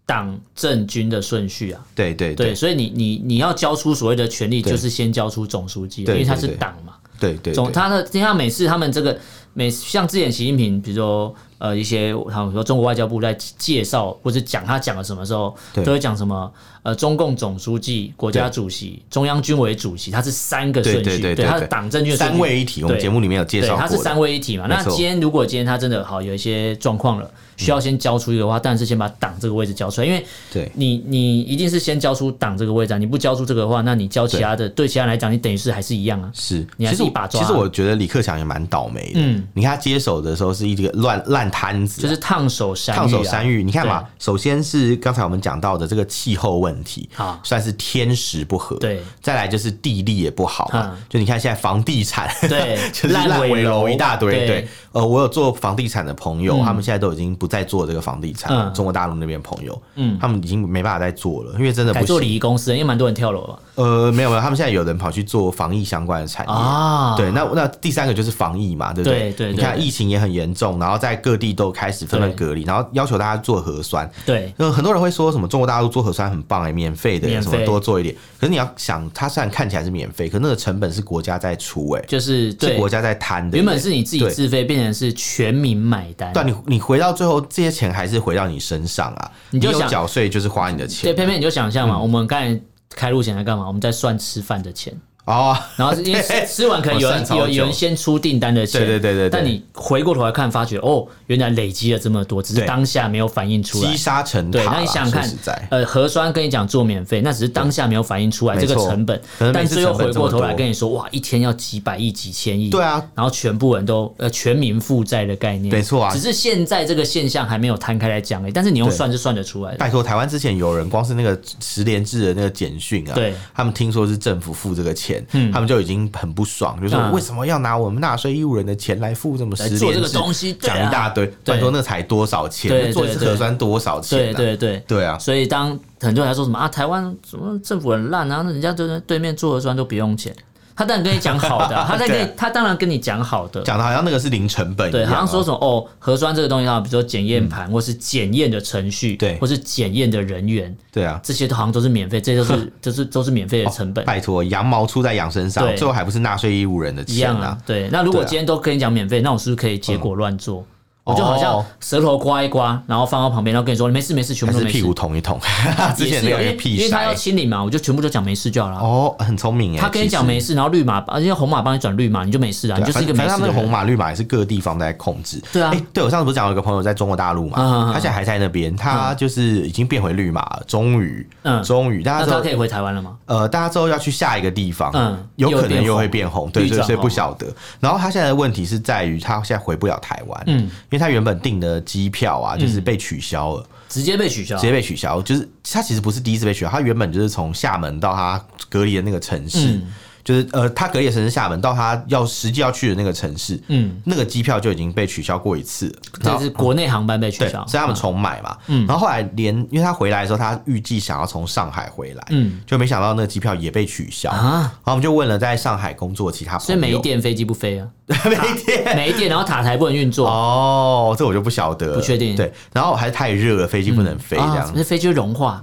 B: 党政军的顺序啊。
A: 对对
B: 对，
A: 对
B: 所以你你你要交出所谓的权利，
A: 对
B: 就是先交出总书记，因
A: 对
B: 为他
A: 对
B: 是
A: 对
B: 党嘛。
A: 对对，
B: 总
A: 对
B: 他的，因为他每次他们这个每像之前习近平，比如说呃一些，他们说中国外交部在介绍或者讲他讲了什么时候，
A: 对
B: 都会讲什么呃中共总书记、国家主席、中央军委主席，他是三个顺序，
A: 对对对对
B: 他是
A: 对
B: 党政军的顺序
A: 三位一体，我们
B: 对
A: 节目里面有介
B: 对，
A: 绍
B: 他是
A: 过的
B: 三。位一体嘛。那
A: 没错嗯
B: 今天如果今天他真的好有一些状况了，需要先交出一个的话，当然是先把党这个位置交出来，因为
A: 对
B: 你你一定是先交出党这个位置啊，你不交出这个的话，那你交其他的，对其他人来讲，你等于是还是一样啊。
A: 是，
B: 你还
A: 其实
B: 是一
A: 我
B: 把抓
A: 其实我觉得李克强也蛮倒霉的。
B: 嗯
A: 你看他接手的时候是一个乱烂摊子啊，
B: 就是烫手山芋、啊，
A: 烫手山芋。你看嘛
B: 对，
A: 首先是刚才我们讲到的这个气候问题，
B: 好
A: 算是天时不合。
B: 啊对，
A: 再来就是地利也不好嘛
B: 嗯。
A: 就你看现在房地 产，
B: 对
A: 就是烂
B: 烂尾
A: 尾
B: 楼
A: 楼一大堆。
B: 对
A: 对，呃，我有做房地产的朋友，他们现在都已经不再做这个房地产了，
B: 嗯
A: 中国大陆那边朋友，
B: 嗯
A: 他们已经没办法再做了，因为真的
B: 改
A: 不
B: 做礼
A: 行。
B: 仪公司，因为蛮多人跳楼了
A: 呃，没有没有，他们现在有人跑去做防疫相关的产业。
B: 啊
A: 对，那那第三个就是防疫嘛，对不
B: 对
A: 对？
B: 对
A: 你看
B: 对
A: 疫情也很严重，然后在各地都开始纷纷
B: 对
A: 隔离，然后要求大家做核酸。
B: 对
A: 嗯，很多人会说什么中国大陆做核酸很棒哎、免费的、
B: 免
A: 什么
B: 费
A: 多做一点。可是你要想，它虽然看起来是免费，可那个成本是国家在出哎、
B: 就是
A: 是
B: 对
A: 国，家在摊的耶。
B: 原本是你自己
A: 对
B: 自费，变成是全民买单。
A: 对啊，你你回到最后，这些钱还是回到你身上啊。
B: 你
A: 你
B: 就
A: 有
B: 想
A: 缴税就是花你的钱
B: 对，偏偏你就想象嘛，
A: 嗯
B: 我们刚才开路前在干嘛？我们在算吃饭的钱，
A: 哦。
B: 然后是因为吃
A: 对哦
B: 吃完可能 有
A: 我算
B: 人
A: 超
B: 有
A: 久
B: 有人先出订单的钱，
A: 对对对对对
B: 但你回过头来看，发觉哦，原来累积了这么多，只是
A: 对
B: 当下没有反映出来
A: 积。沙成塔
B: 对，
A: 啦。
B: 那你想想
A: 说
B: 看
A: 实在，，
B: 呃，核酸跟你讲做免费，那只是当下没有反映出来
A: 没
B: 这个
A: 错
B: 成本
A: 可，能
B: 但
A: 每次
B: 最后
A: 成本
B: 回
A: 这
B: 过
A: 么
B: 头来
A: 多
B: 跟你说，哇，一天要几百亿、几千亿，
A: 对啊，
B: 然后全部人都呃全民负债的概念，
A: 没错啊
B: 只是现在这个现象还没有摊开来讲而已，但是你用
A: 对
B: 算是算得出来的，
A: 拜托，台湾之前有人光是那个十连制的那个简讯啊，
B: 对
A: 他们听说是政府付这个钱，他们就已经很不爽，就说
B: 嗯
A: 为什么要拿我们纳税义务人的钱来付这么十
B: 来
A: 连制
B: 做这个东西对啊
A: 讲一大堆，
B: 对
A: 拜托那才多少钱？
B: 对对
A: 那做一次核酸多少
B: 对
A: 钱？啊？
B: 对对。
A: 对啊，
B: 所以，当很多人还说什么啊，台湾什么政府很烂啊，那人家对对面做核酸都不用钱，他当然跟你讲 好的啊、他在跟你、
A: 对啊
B: 他当然跟你讲好的，
A: 讲的好像那个是零成本一
B: 对，
A: 样啊，嗯
B: 好像说什么哦，核酸这个东西啊，比如说检验盘，或是检验的程序，
A: 对
B: 或是检验的人员，
A: 对啊。
B: 这些都好像都是免费，这些都是都是都是免费的成本。
A: 拜托，羊毛出在羊身上
B: 对，
A: 最后还不是纳税义务人的
B: 一
A: 钱
B: 样啊，？对。那如果
A: 对啊嗯
B: 今天都跟你讲免费，那我是不是可以结果乱做？我就好像
A: 哦
B: 舌头刮一刮，然后放到旁边，然后跟你说没事没事，全
A: 还
B: 部都
A: 是
B: 没事
A: 屁。股捅一捅？ 之
B: 也
A: 前
B: 是
A: 那
B: 有，因
A: 个
B: 为因
A: 屁
B: 为他要
A: 塞
B: 清理嘛，我就全部都讲没事就好了。
A: 哦，很聪明哎。
B: 他跟你讲
A: 其实
B: 没事，然后绿码，而且红码帮你转绿码，你就没事啊，你
A: 对啊
B: 就是一个没
A: 反正
B: 事
A: 他们的
B: 的
A: 红
B: 人。
A: 码绿码也是各地方在控制。
B: 对啊
A: 诶对我上次不是讲有一个朋友在中国大陆嘛，
B: 嗯嗯嗯
A: 他现在还在那边，他就是已经变回绿码了，终于，
B: 嗯
A: 终于，大
B: 那
A: 家之
B: 他
A: 后
B: 可以回台湾了吗？
A: 呃，大家之后要去下一个地方，
B: 嗯
A: 有可能又会变红，对
B: 绿哦
A: 对，
B: 转
A: 所以
B: 红
A: 不晓得。然后他现在的问题是在于，他现在回不了台湾，
B: 嗯
A: 因为他原本订的机票啊，就是被取消了，
B: 直接被取消啊
A: 直。接被取消。就是他其实不是第一次被取消，他原本就是从厦门到他隔离的那个城市，
B: 嗯
A: 就是呃，他隔离的城市厦门到他要实际要去的那个城市，
B: 嗯，
A: 那个机票就已经被取消过一次了，然
B: 这
A: 后
B: 是国内航班被取
A: 对，
B: 消，嗯
A: 所以他们重买嘛。然后后来连，因为他回来的时候，他预计想要从上海回来，
B: 嗯
A: 就没想到那个机票也被取消。然
B: 啊，
A: 后我们就问了在上海工作的其他朋友，
B: 所以没电飞机不飞 啊，
A: 没电。
B: 没电然后塔台不能运作，
A: 哦，这我就不晓得了，
B: 不确定
A: 对，然后还是太热了，飞机不能飞这样
B: 啊，。那飞机会融化，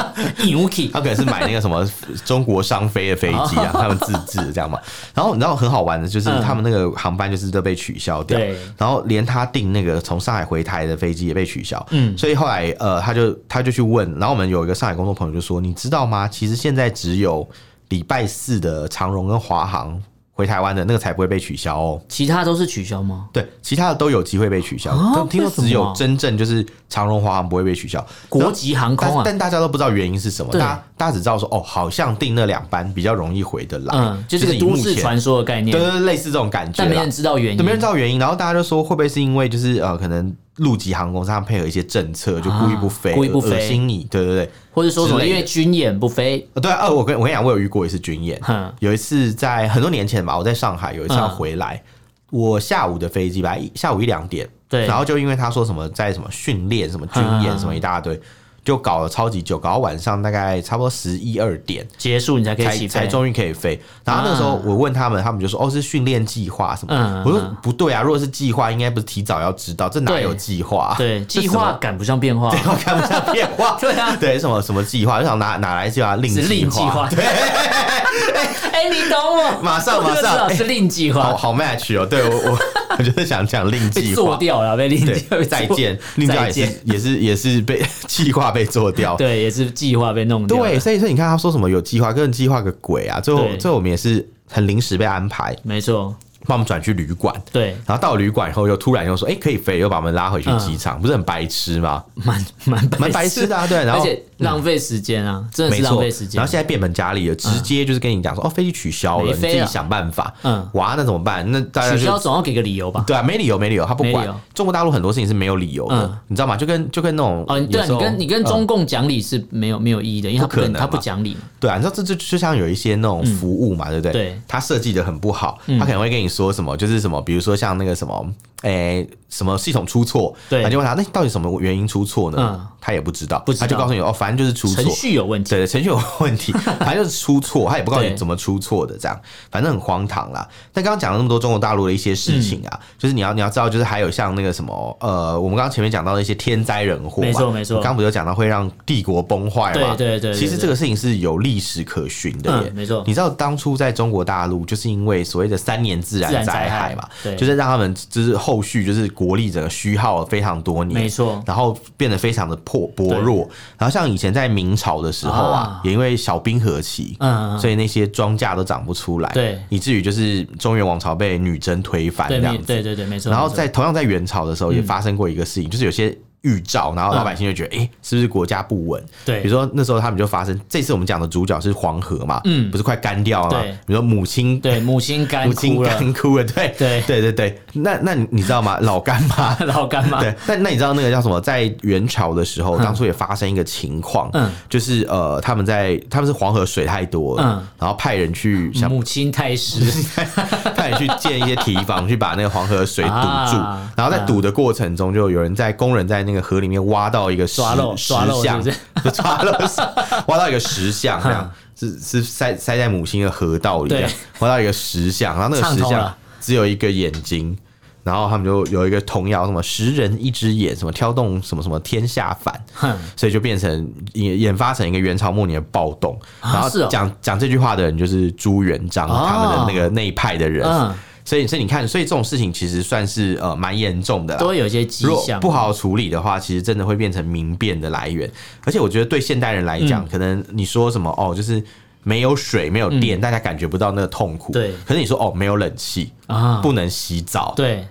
B: 牛气
A: 他可能是买那个什 么中国商飞的飞机啊，他们自制的这样嘛。然后你知道很好玩的，就是
B: 哦嗯
A: 他们那个航班就是都被取消掉
B: 对，
A: 然后连他订那个从上海回台的飞机也被取消。
B: 嗯
A: 嗯，所以后来呃，他就他就去问，然后我们有一个上海工作朋友就说，你知道吗？其实现在只有礼拜四的长荣跟华航。回台湾的那个才不会被取消哦。
B: 其他都是取消吗？
A: 对，其他的都有机会被取消。
B: 啊
A: 但听说
B: 为什么
A: 只有真正就是长荣、华航不会被取消。
B: 国际航
A: 但
B: 空啊，
A: 但大家都不知道原因是什么，大
B: 对
A: 家大家只知道说哦，好像订那两班比较容易回得来，
B: 嗯，就是个
A: 以
B: 都
A: 目
B: 市
A: 前
B: 传说的概念
A: 对，对对，类似这种感觉
B: 但没嗯
A: 啦
B: 人。知道原因
A: 对，没人知道原因，然后大家就说会不会是因为就是呃，可能陆籍航空公司他们配合一些政策，就故意不飞，
B: 啊故意不
A: 恶
B: 飞
A: 心你，对对对。
B: 或者说什
A: 之
B: 么
A: 类
B: 因
A: 的
B: 为军演不飞，
A: 呃对啊，呃我跟我跟你讲，我有遇过一次军演，
B: 哼，
A: 有一次在很多年前吧，我在上海有一次要回来，我下午的飞机吧，一下午一两点，
B: 嗯对
A: 然后就因为他说什么在什么训练、什么军演、
B: 嗯
A: 什么一大堆，就搞了超级久，搞到晚上大概差不多十一二点。
B: 结束你才可以
A: 才
B: 起
A: 才
B: 飞。
A: 终于可以飞，然后那时候
B: 啊
A: 我问他们，他们就说哦是训练计划什么
B: 嗯
A: 的，我
B: 嗯
A: 说不对啊，如果是计划，应该不是提早要知道，这哪
B: 对
A: 有计划？
B: 对，
A: 这
B: 计
A: 什么
B: 划赶不上变化，
A: 我看不上变化，
B: 对啊
A: 对什么什么计划，就想哪哪来计划，另
B: 是另计划。
A: 对，
B: 哎，你懂我，
A: 马上马上
B: 我就知道
A: 哎
B: 是另计
A: 好
B: 划，
A: 好 match 哦，对我 我我就是想讲另
B: 被
A: 计
B: 做
A: 划，
B: 掉了，被另计划
A: 对，再见，另计划
B: 再
A: 也
B: 见
A: 是也是也是被 计划被做掉，
B: 对，也是计划被弄掉了。
A: 对，所以所以你看他说什么有计划，跟计划个鬼啊，最后
B: 对
A: 最后我们也是很临时被安排，
B: 没错，
A: 把我们转去旅馆。
B: 对，
A: 然后到旅馆以后，又突然又说：“哎、可以飞！”又把我们拉回去机场，不是很白痴吗？
B: 蛮蛮
A: 蛮白痴的、啊，对。然
B: 而
A: 后
B: 且浪费时间啊，真的
A: 没
B: 是浪
A: 错
B: 费时，间
A: 然后。现在变本加厉了，直接就是跟你讲说：“哦，飞机取消
B: 没
A: 了，你自
B: 飞啊
A: 己想办法。”
B: 嗯
A: 嗯，哇，那怎么办？那大家
B: 取消
A: 就
B: 总要给个理由吧？
A: 对啊，没理由，没理由，他不
B: 没理
A: 管
B: 由。
A: 中国大陆很多事情是没有理由
B: 嗯
A: 的，你知道吗？就跟就跟那种
B: 哦，
A: 有
B: 对啊，
A: 时
B: 你
A: 候嗯
B: 跟你跟中共讲理是没有没有意义的，因为他
A: 不可
B: 能
A: 能
B: 他不
A: 嘛
B: 讲理嘛。
A: 对啊，你知道这这就像有一些那种服务嘛，对不对？
B: 嗯对，嗯
A: 他设计的很不好，他可能会跟你说什么，就是什么，比如说像那个什么，诶、什么系统出错，
B: 对
A: 他就问他那到底什么原因出错呢？
B: 嗯
A: 他也不知道，
B: 不知道
A: 他就告诉你哦，反正就是出
B: 程
A: 错。
B: 序有问题，
A: 对程序有问 题，反正就是出错，他也不告诉你
B: 对
A: 怎么出错的，这样，反正很荒唐啦。但刚刚讲了那么多中国大陆的一些事情啊，
B: 嗯
A: 就是你要你要知道，就是还有像那个什么，呃，我们刚刚前面讲到的一些天灾人祸嘛，
B: 没错没错
A: 我刚刚不是有讲到会让帝国崩坏嘛？
B: 对对对对对
A: 其实这个事情是有历史可循的耶，
B: 嗯没错
A: 你知道当初在中国大陆，就是因为所谓的三年自
B: 自
A: 然
B: 然灾
A: 灾
B: 害
A: 害嘛，
B: 对
A: 就是让他们就是后续就是国力整个虚耗了非常多年，
B: 没错
A: 然后变得非常的破薄弱。然后像以前在明朝的时候啊
B: 啊，
A: 也因为小冰河期，
B: 嗯嗯嗯
A: 所以那些庄稼都长不出来，
B: 对
A: 以至于就是中原王朝被女真推翻
B: 对
A: 这样
B: 没
A: 子。
B: 对对对，嗯没错。
A: 然后
B: 没错
A: 在同样在元朝的时候也发生过一个事情，就是有些预兆，然后老百姓就觉得，哎、是不是国家不稳？
B: 嗯对
A: 比如说那时候他们就发生，这次我们讲的主角是黄河嘛，嗯，不是快干掉了吗？
B: 对
A: 比如说母亲，
B: 对母亲干
A: 母亲
B: 哭了，
A: 干枯了，对，
B: 对。
A: 对对对。那那你你知道吗？老干妈
B: 老干妈
A: 对，那那你知道那个叫什么？在元朝的时候，当初也发生一个情况，
B: 嗯
A: 就是呃，他们在他们是黄河水太多了，
B: 嗯
A: 然后派人去想
B: 母亲 太师，
A: 派人去建一些堤防，去把那个黄河水堵住
B: 啊。
A: 然后在堵的过程中，就有人在工人在那个河里面挖到一个石
B: 抓漏
A: 石
B: 抓漏
A: 像
B: 是不是，
A: 不抓漏是，挖到一个石像，这 样
B: 啊
A: 是是塞塞在母亲的河道里，
B: 对
A: 这样挖到一个石像，然后那个石
B: 畅通
A: 像
B: 了
A: 只有一个眼睛。然后他们就有一个童谣，什么“十人一只眼”，什么挑动什么什么天下反，
B: 哼，
A: 所以就变成演研发成一个元朝末年的暴动。
B: 啊
A: 然后
B: 是哦
A: 讲讲这句话的人就是朱元璋
B: 哦
A: 他们的那个那一派的人。
B: 嗯，
A: 所以，所以你看，所以这种事情其实算是呃蛮严重的啦。
B: 都会有一些迹
A: 如果
B: 象
A: 不。好好处理的话，其实真的会变成民变的来源。而且我觉得对现代人来
B: 嗯
A: 讲，可能你说什么哦，就是没有水、没有电，大家感觉不到那个痛苦。
B: 嗯对
A: 可是你说哦，没有冷气
B: 啊
A: 不能洗澡，，
B: 对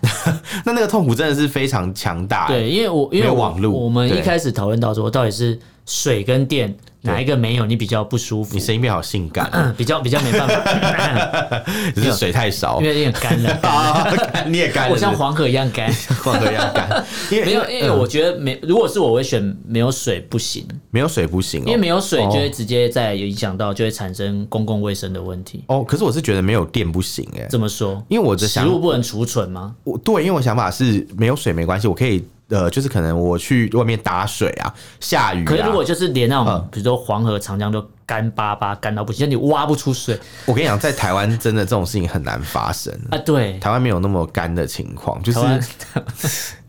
A: 那那个痛苦真的是非常强大。
B: 对，因为我因
A: 没
B: 为
A: 有
B: 我
A: 网路
B: 我们一
A: 对
B: 开始讨论到说，到底是水跟电哪一个没有你比较不舒服
A: 你，声音变好性感，
B: 嗯，比较比较没办 法，
A: 只是水太少
B: 因。为有点干 了，干了
A: 啊， 你也干了，
B: 我像黄河一样 干。
A: 黄河一样 干，因为
B: 没有，因
A: 嗯
B: 为我觉得没，如果是我我会选没有水不行，
A: 没有水不行哦，
B: 因为没有水
A: 哦
B: 就会直接在有影响到，就会产生公共卫生的问题。
A: 哦，可是我是觉得没有电不行哎，
B: 这么说，
A: 因为我的
B: 食
A: 想
B: 物不能储存吗？
A: 我对，因为我想法是没有水没关系，我可以呃，就是可能我去外面打水啊，下雨、啊。
B: 可是如果就是连那种
A: 嗯，
B: 比如说黄河、长江都干巴巴、干到不行，就你挖不出水
A: 我跟你讲，在台湾真的这种事情很难发生。
B: 啊，对，
A: 台湾没有那么干的情况，就是
B: 台湾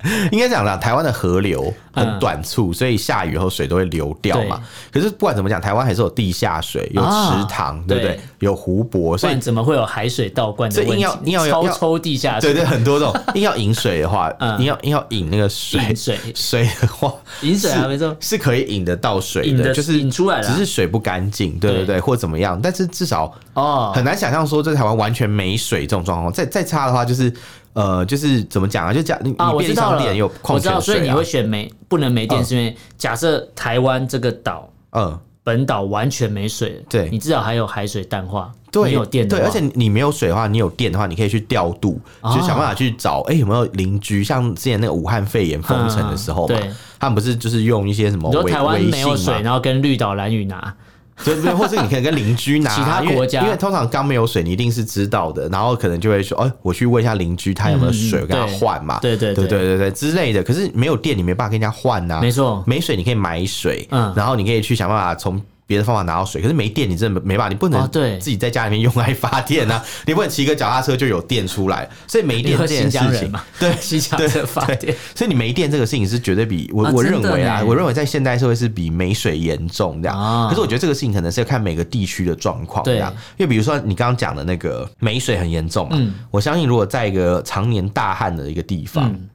A: 应该讲啦，台湾的河流很短促，所以下雨后水都会流掉嘛。可是不管怎么讲，台湾还是有地下水，有池塘，
B: 啊
A: 对不对
B: 对？
A: 有湖泊，
B: 不
A: 所以
B: 然怎么会有海水倒灌的
A: 所以
B: 问
A: 硬
B: 题
A: 要硬？要
B: 超
A: 要
B: 抽地下
A: 对
B: 水，
A: 对，很多种。啊 硬要饮水的话，
B: 嗯
A: 硬要硬要饮那个水
B: 饮水
A: 水的话，
B: 饮水啊，
A: 是
B: 没错，
A: 是可以引得到水
B: 引
A: 的，
B: 得
A: 就是
B: 引出来了
A: 只是水不干净，对对
B: 对
A: 对，或怎么样。但是至少
B: 哦，
A: 很难想象说在台湾完全没水这种状况。再再差的话，就是呃，就是怎么讲啊？就讲你
B: 啊，
A: 你
B: 我
A: 便利
B: 知道
A: 商店
B: 了，
A: 也有
B: 我
A: 矿
B: 知
A: 泉
B: 道，所以
A: 水
B: 你
A: 啊
B: 会，选没不能没电，
A: 嗯
B: 是因为假设台湾这个岛
A: 嗯，
B: 本岛完全没水了，
A: 对
B: 你至少还有海水淡化，
A: 对，
B: 你有电的
A: 对，
B: 话
A: 而且你没有水的话，你有电的话，你可以去调度，
B: 啊
A: 就想办法去找，哎、有没有邻居？像之前那个武汉肺炎封城的时候嘛，
B: 嗯对
A: 他们不是就是用一些什么
B: 你说
A: 微
B: 台湾
A: 微
B: 没有
A: 信
B: 水，
A: 嘛，
B: 然后跟绿岛、蓝屿拿，
A: 对不对？或者你可以跟邻居拿
B: 其他
A: 因为
B: 国家
A: 因为通常刚没有水，你一定是知道的，然后可能就会说，哎、我去问一下邻居他有没有水，
B: 嗯
A: 我跟他
B: 对
A: 换嘛，
B: 对对
A: 对
B: 对
A: 对对对之类的。可是没有电，你没办法跟人家换呐、
B: 没错
A: 没水你可以买水，
B: 嗯
A: 然后你可以去想办法从。别的方法拿到水，可是没电，你真的没办法，你不
B: 哦
A: 能
B: 对
A: 自己在家里面用来发电啊！你不能骑个脚踏车就有电出来，所以没
B: 你
A: 电
B: 说
A: 这件
B: 新疆
A: 事
B: 人
A: 情
B: 嘛，
A: 对
B: 新疆
A: 对
B: 的发电
A: 对，所以你没电这个事情是绝对比我、
B: 啊
A: 我
B: 真
A: 认
B: 的
A: 为啊
B: 呢，
A: 我认为在现代社会是比没水严重这样。
B: 啊
A: 可是我觉得这个事情可能是要看每个地区的状况这样
B: 对，
A: 因为比如说你刚刚讲的那个没水很严重嘛，
B: 嗯
A: 我相信如果在一个常年大旱的一个地方，
B: 嗯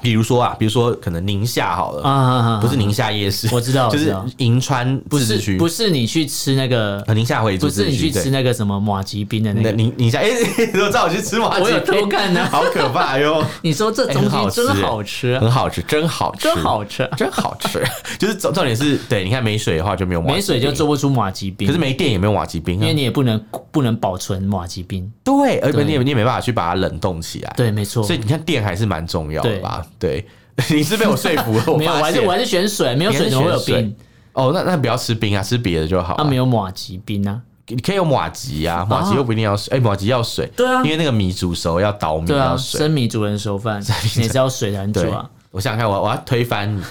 A: 比如说啊，比如说可能宁夏好了，
B: 啊啊，啊
A: 不是宁夏夜市，
B: 我知道
A: 就
B: 我知
A: 是
B: 道
A: 银川
B: 不
A: 自治
B: 是
A: 区，
B: 不是你去吃那个，
A: 呃宁夏回
B: 不
A: 自治
B: 是你
A: 区，
B: 去吃
A: 对，
B: 那个什么马吉冰的那
A: 那
B: 个，
A: 宁宁夏， 哎，你都知道我去吃麻
B: 我有
A: 鸡
B: 偷
A: 腿，
B: 看啊 呢。
A: 好可怕 哟，
B: 你说这
A: 哎
B: 东
A: 很好
B: 西真
A: 吃哎
B: 好吃啊，
A: 很好吃，真好吃，
B: 真。好吃，
A: 真好吃， 就是重重点是对，你看没水的话就没有马
B: 没水就
A: 做，
B: 做不出马吉冰，
A: 可是没电也没有瓦吉冰、啊，
B: 因为你也不能不能保存马吉冰，
A: 对，而且
B: 对
A: 你也你也没办法去把它冷冻起来，
B: 对，没错
A: 所。以你看电还是蛮重要的吧？对， 你是被我说服了， 我
B: 没有，我
A: 发
B: 还是
A: 现
B: 我还是选水，没有水怎么会有
A: 你还是选
B: 冰？
A: 哦，那那不要吃冰啊，吃别的就好、
B: 啊，
A: 啊。
B: 没有马吉冰啊，
A: 你可以用马吉啊，马吉又不一定要水，哎、马吉要水，
B: 对啊
A: 因为那个米煮熟要倒米
B: 对啊，
A: 要水，
B: 生米煮人熟 饭，你也是要水才能
A: 对
B: 煮啊。。
A: 我想想看，我我要推翻 你，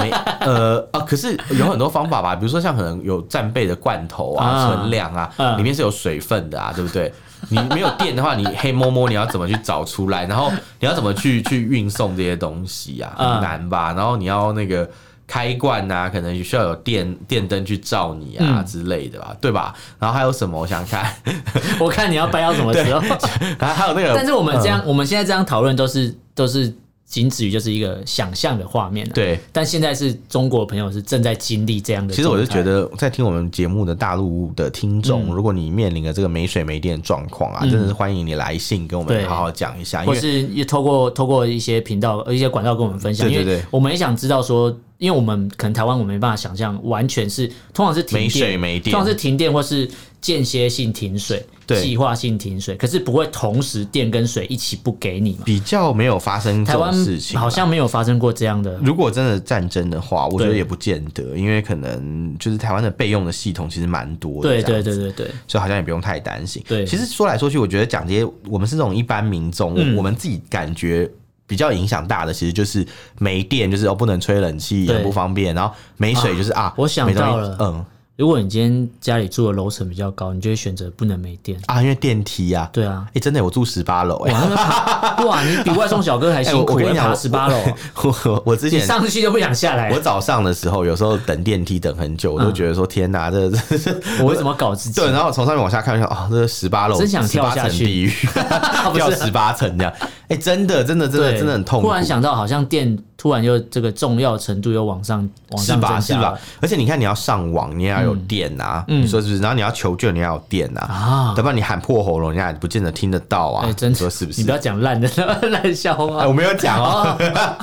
A: 没呃啊，可是有很多方法吧，比 如说像可能有战备的罐头啊、
B: 啊
A: 存粮啊，
B: 嗯
A: 里面是有水分的啊，对不对？你没有电的话，你黑摸摸你要怎么去找出来？然后你要怎么去 去运送这些东西啊？很
B: 嗯
A: 难吧？然后你要那个开罐啊，可能需要有电电灯去照你啊
B: 嗯
A: 之类的吧，对吧？然后还有什么？我想想看，
B: 我看你要掰到什么时候？
A: 还还有那个，
B: 但是我们这样
A: 嗯，
B: 我们现在这样讨论都是都是仅止于就是一个想象的画面、啊。，
A: 对，
B: 但现在是中国朋友是正在经历这样的。
A: 其实我是觉，得，在听我们节目的大陆的听
B: 嗯
A: 众，如果你面临了这个没水没电的状况啊，真的是欢迎你来信跟我们
B: 对
A: 好好讲一下，啊因
B: 或
A: 为
B: 是也透过透过一些频道、呃一些管道跟我们分享，
A: 对对
B: 因
A: 对
B: 为我们也想知道说，因为我们可能台湾我们没办法想象，完全是通常是停
A: 没
B: 电
A: 水没电
B: 通常是停电或是间歇性停水、
A: 对
B: 计划性停水，可是不会同时电跟水一起不给你嘛？
A: 比较没有发生这
B: 台湾
A: 种事情啊。
B: 好像没有发生过这样的。
A: 如果真的战争的话，我觉得
B: 对
A: 也不见得，因为可能就是台湾的备用的系统其实蛮多的，
B: 对
A: 这样
B: 对对对对，
A: 所以好像也不用太担心。
B: 对
A: 其实说来说去，我觉得讲这些，我们是这种一般民众，我
B: 嗯
A: 我们自己感觉。比较影响大的，其实就是没电，就是哦不能吹冷气，
B: 对
A: 很不方便。然后没水，就是啊，
B: 我想
A: 没东西
B: 到了
A: 嗯
B: 如果你今天家里住的楼层比较高，你就会选择不能没电。
A: 啊，因为电梯啊，
B: 对啊
A: 哎、，真的，我住十八楼，哎，
B: 哇，那 个爬哇，你比外送小哥还辛
A: 哎我
B: 苦，
A: 我跟你
B: 要
A: 讲
B: 爬
A: 我
B: 十八楼，
A: 我我之
B: 你
A: 前。
B: 上去就不想下来
A: 我。早上的时候，有时候等电梯等很久，我
B: 嗯
A: 都觉得说天哪，这 这
B: 我为什么搞自己
A: 对，？然后从上面往下看一下，哦，这十八楼，
B: 真想跳
A: 18
B: 下去啊
A: 层地狱， 跳十八层这样。哎，真的，真的，真的，
B: 对
A: 真的很痛苦。
B: 忽然想到，好像电突然又这个重要程度又往上往
A: 是
B: 上
A: 吧？
B: 增
A: 是
B: 加
A: 吧
B: 了？嗯
A: 而且你看，你要上网，你也要有电啊，你说是不是？然后你要求救，你要有电啊，
B: 啊！
A: 要不然你喊破喉咙，人家也不见得听得到啊。
B: 哎，真
A: 你
B: 的
A: 说是不
B: 你
A: 是
B: 不？要讲烂的 烂笑
A: 哎，
B: 话
A: 我，没有讲哦。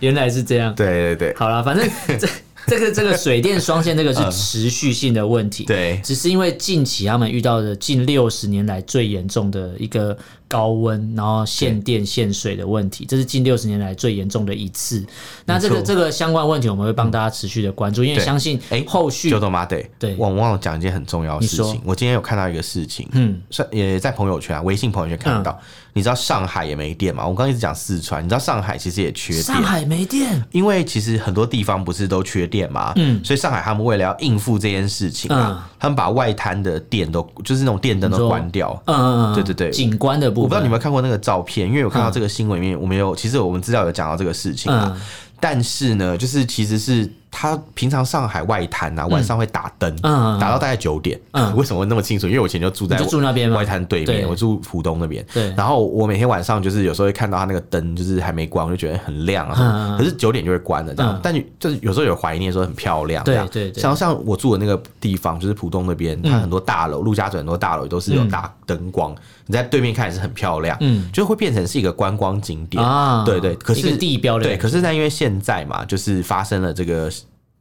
B: 原来是这样。
A: 对对对
B: 好了，反正这 这个这个水电双线这个
A: 嗯
B: 是持续性的问题。
A: 对，
B: 只是因为近期他们遇到的近六十年来最严重的一个高温，然后限电限水的问题，这是近六十年来最严重的一次。那这
A: 没
B: 个
A: 错
B: 这个相关问题，我们会帮大家持续的关注，因为
A: 对
B: 相信
A: 哎
B: 后续
A: 就他妈对，
B: 对
A: 我忘了讲一件很重要的事
B: 你
A: 情
B: 说。
A: 我今天有看到一个事情，
B: 嗯
A: 算也在朋友圈啊，微信朋友圈看到。你知道上海也没电嘛？我刚刚一直讲四川，你知道上海其实也缺电
B: 上。海没电，
A: 因为其实很多地方不是都缺电嘛，
B: 嗯
A: 所以上海他们为了要应付这件事情啊，他们把外滩的电都就是那种电灯
B: 你
A: 都
B: 说
A: 关掉，
B: 嗯嗯嗯，
A: 对对对
B: 景观的部分，
A: 我不知道你们看过那个照片，因为我看到这个新闻里面，我们有其实我们资料有讲到这个事情啊。
B: 嗯
A: 但是呢，就是其实是他平常上海外滩啊，晚上会打灯，
B: 嗯嗯嗯
A: 打到大概九点。
B: 嗯
A: 为什么会那么清楚？因为我以前就住在
B: 你就住那边吗
A: 外滩对面，
B: 对
A: 我住浦东那边。
B: 对
A: 然后我每天晚上就是有时候会看到他那个灯，就是还没关，我就觉得很亮啊什么。
B: 嗯嗯嗯
A: 可是九点就会关了，这样。
B: 嗯
A: 但你就是有时候有怀念说很漂亮，
B: 对
A: 这样
B: 对对嗯
A: 像像我住的那个地方，就是浦东那边，它很多大楼，陆家嘴很多大楼都是有打灯光，你在对面看也是很漂亮，
B: 嗯
A: 就会变成是一个观光景点。
B: 啊，
A: 对对可是
B: 一个地标的
A: 对，
B: 感觉，
A: 可是那因为现在嘛，就是发生了这个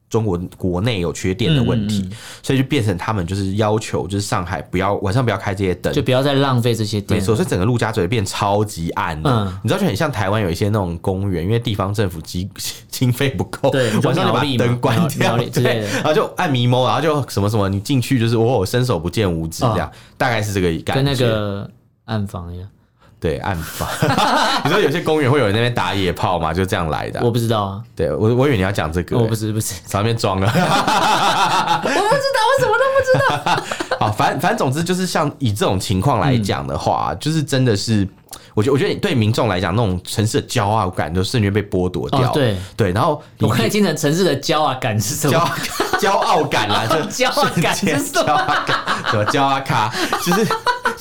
A: 中国国内有缺电的问
B: 嗯
A: 题，所以就变成他们就是要求，就是上海不要晚上不要开这些灯。
B: 就不要再浪费这些
A: 没
B: 电。
A: 错，所以整个陆家嘴变超级暗的，
B: 嗯
A: 你知道就很像台湾有一些那种公园，因为地方政府经 经费不够，
B: 对
A: 晚上就把
B: 苗栗嘛
A: 灯关掉，
B: 苗栗之类
A: 对，
B: 的
A: 然后就暗迷蒙，然后就什么什么，你进去就是哦，伸手不见五指这样，大概是这个感觉。
B: 啊跟那个暗房一样，
A: 对暗访， 你说有些公园会有人在那边打野炮嘛，就这样来的啊、
B: 我不知道啊，
A: 对我，我以为你要讲这个、
B: 哦
A: 欸
B: 我不知不知，
A: 上面装了。
B: 我不知道，我什么都不知道。 嗯
A: 好，反反正总之就是像以这种情况来讲的话，就是真的是，我觉得我觉得对民众来讲，那种城市的骄傲感就瞬间被剥夺掉。
B: 哦对
A: 然后你
B: 我 刚才听成城市的骄傲感是什
A: 骄
B: 么？
A: 傲骄傲感啦，就
B: 骄傲感
A: 瞬间
B: 这是什么
A: 骄傲感，什么骄傲咖，就是。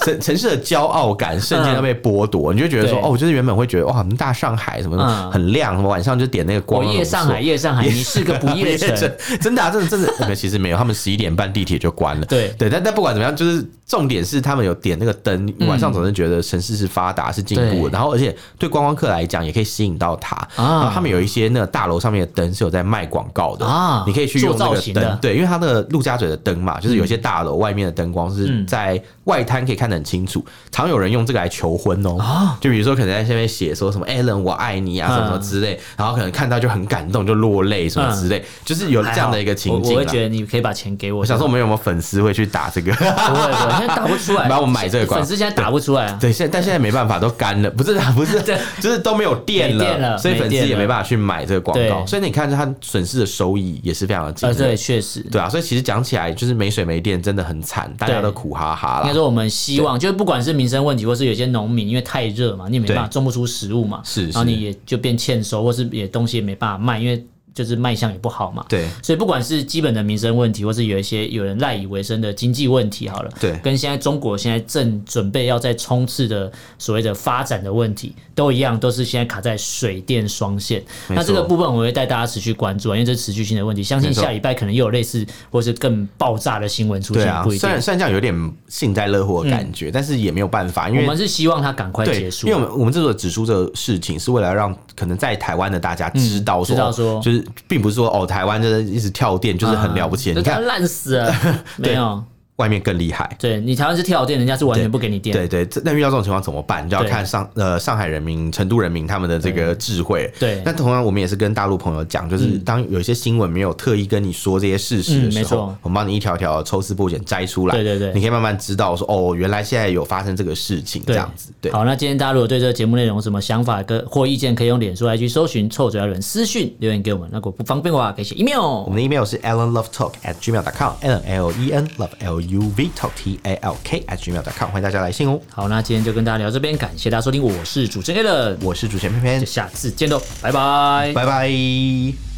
A: 城城市的骄傲感瞬间要被剥夺，你就觉得说
B: 嗯对
A: 哦，就是原本会觉得哇，我们大上海什么什么
B: 嗯
A: 很亮，什么晚上就点那个光，
B: 我
A: 很
B: 夜
A: 不错
B: 上海，夜上海，你是个不 夜城。
A: 真的啊，真的真 的，没有其实没有，他们十一点半地铁就关了。
B: 对
A: 对，但但不管怎么样，就是重点是他们有点那个灯，晚上总是觉得城市是发达是进步
B: 嗯对啊
A: 的，然后而且对观光客来讲也可以吸引到他然后他们有一些那个大楼上面的灯是有在卖广告的
B: 啊
A: 你可以去用那
B: 做造
A: 个
B: 型的
A: 灯，对，因为它那个陆家嘴的灯嘛，就是有些大楼外面的灯光
B: 嗯
A: 是在外滩可以看得很清楚，常有人用这个来求婚哦。就比如说可能在下面写说什么 “Allen 我爱你”啊，什么什么
B: 啊嗯
A: 之类，然后可能看到就很感动，就落泪什么之类，就是有这样的一个情
B: 嗯还好我
A: 境
B: 我会
A: 啦。
B: 觉得你可以把钱给我。
A: 我想说，我们有没有粉丝会去打这 个？
B: 不会不 会，现在打不出来。
A: 把我们买这个广
B: 粉丝现在打不出来啊。
A: 对，现在但现在没办法，都干了，不是 啊，不是，就是都没有电
B: 没电了
A: 所以粉丝
B: 没电了
A: 也没办法去买这个广告。
B: 对
A: 所以你看，它损失的收益也是非常的惊
B: 呃，
A: 人。
B: 对，确实。
A: 对啊，所以其实讲起来，就是没水没电真的很惨，大家都苦哈哈
B: 应该
A: 啦。
B: 说，我们希望就是不管是民生问题，或是有些农民因为太热嘛，你也没
A: 对
B: 办法种不出食物嘛，
A: 是
B: 然后
A: 是
B: 你也就变欠收，或是也东西也没办法卖，因为就是卖相也不好嘛。
A: 对
B: 所以不管是基本的民生问题，或是有一些有人赖以为生的经济问题，好了，
A: 对
B: 跟现在中国现在正准备要在冲刺的所谓的发展的问题，都一样，都是现在卡在水电双线。
A: 没错
B: 那这个部分我会带大家持续关注啊，因为这是持续性的问题，相信
A: 没错
B: 下礼拜可能又有类似或是更爆炸的新闻出
A: 对
B: 现，
A: 啊
B: 不，一
A: 虽
B: 定嗯
A: 然。虽然这样有点幸灾乐祸的感觉，但是也没有办法，因
B: 我
A: 为
B: 们是希望它赶快
A: 对，
B: 结束啊
A: 因为，我们我们之所以指出这个事情，是为了让可能在台湾的大家知道说，
B: 嗯知道说
A: 就是并不是说哦，台湾就是一直跳电就是很了不起，
B: 啊
A: 你
B: 就
A: 看
B: 它烂 死了，没有，
A: 外面更厉害。
B: 对你台湾是跳电，人家是完全不给你电，
A: 对对，这那遇到这种情况怎么办？你就要
B: 对
A: 看上呃上海人民、成都人民他们的这个智慧。
B: 对
A: 那同样我们也是跟大陆朋友讲，就是当有一些新闻没有特意跟你说这些事实的
B: 嗯
A: 时
B: 没
A: 候，
B: 错
A: 我们帮你一条条抽丝剥茧摘出来。
B: 对对对
A: 你可以慢慢知道说哦，原来现在有发生这个事情这
B: 对
A: 样子。对，
B: 好，那今天大家如果对这个节目内容有什么想法跟或意见，可以用脸书来去搜寻“臭嘴阿伦”私讯留言给我们。那如果不方便的话，可以写 email
A: 我。们的 email 是 allenlovetalk at gmail.com，allen l e n love l u v talk t a l k at gmail.com，欢迎大家来信哦。
B: 好，那今天就跟大家聊这边，感谢大家收听，我是主持人 a l
A: 我是主持人偏偏，
B: 下次见喽，拜拜。
A: 拜拜。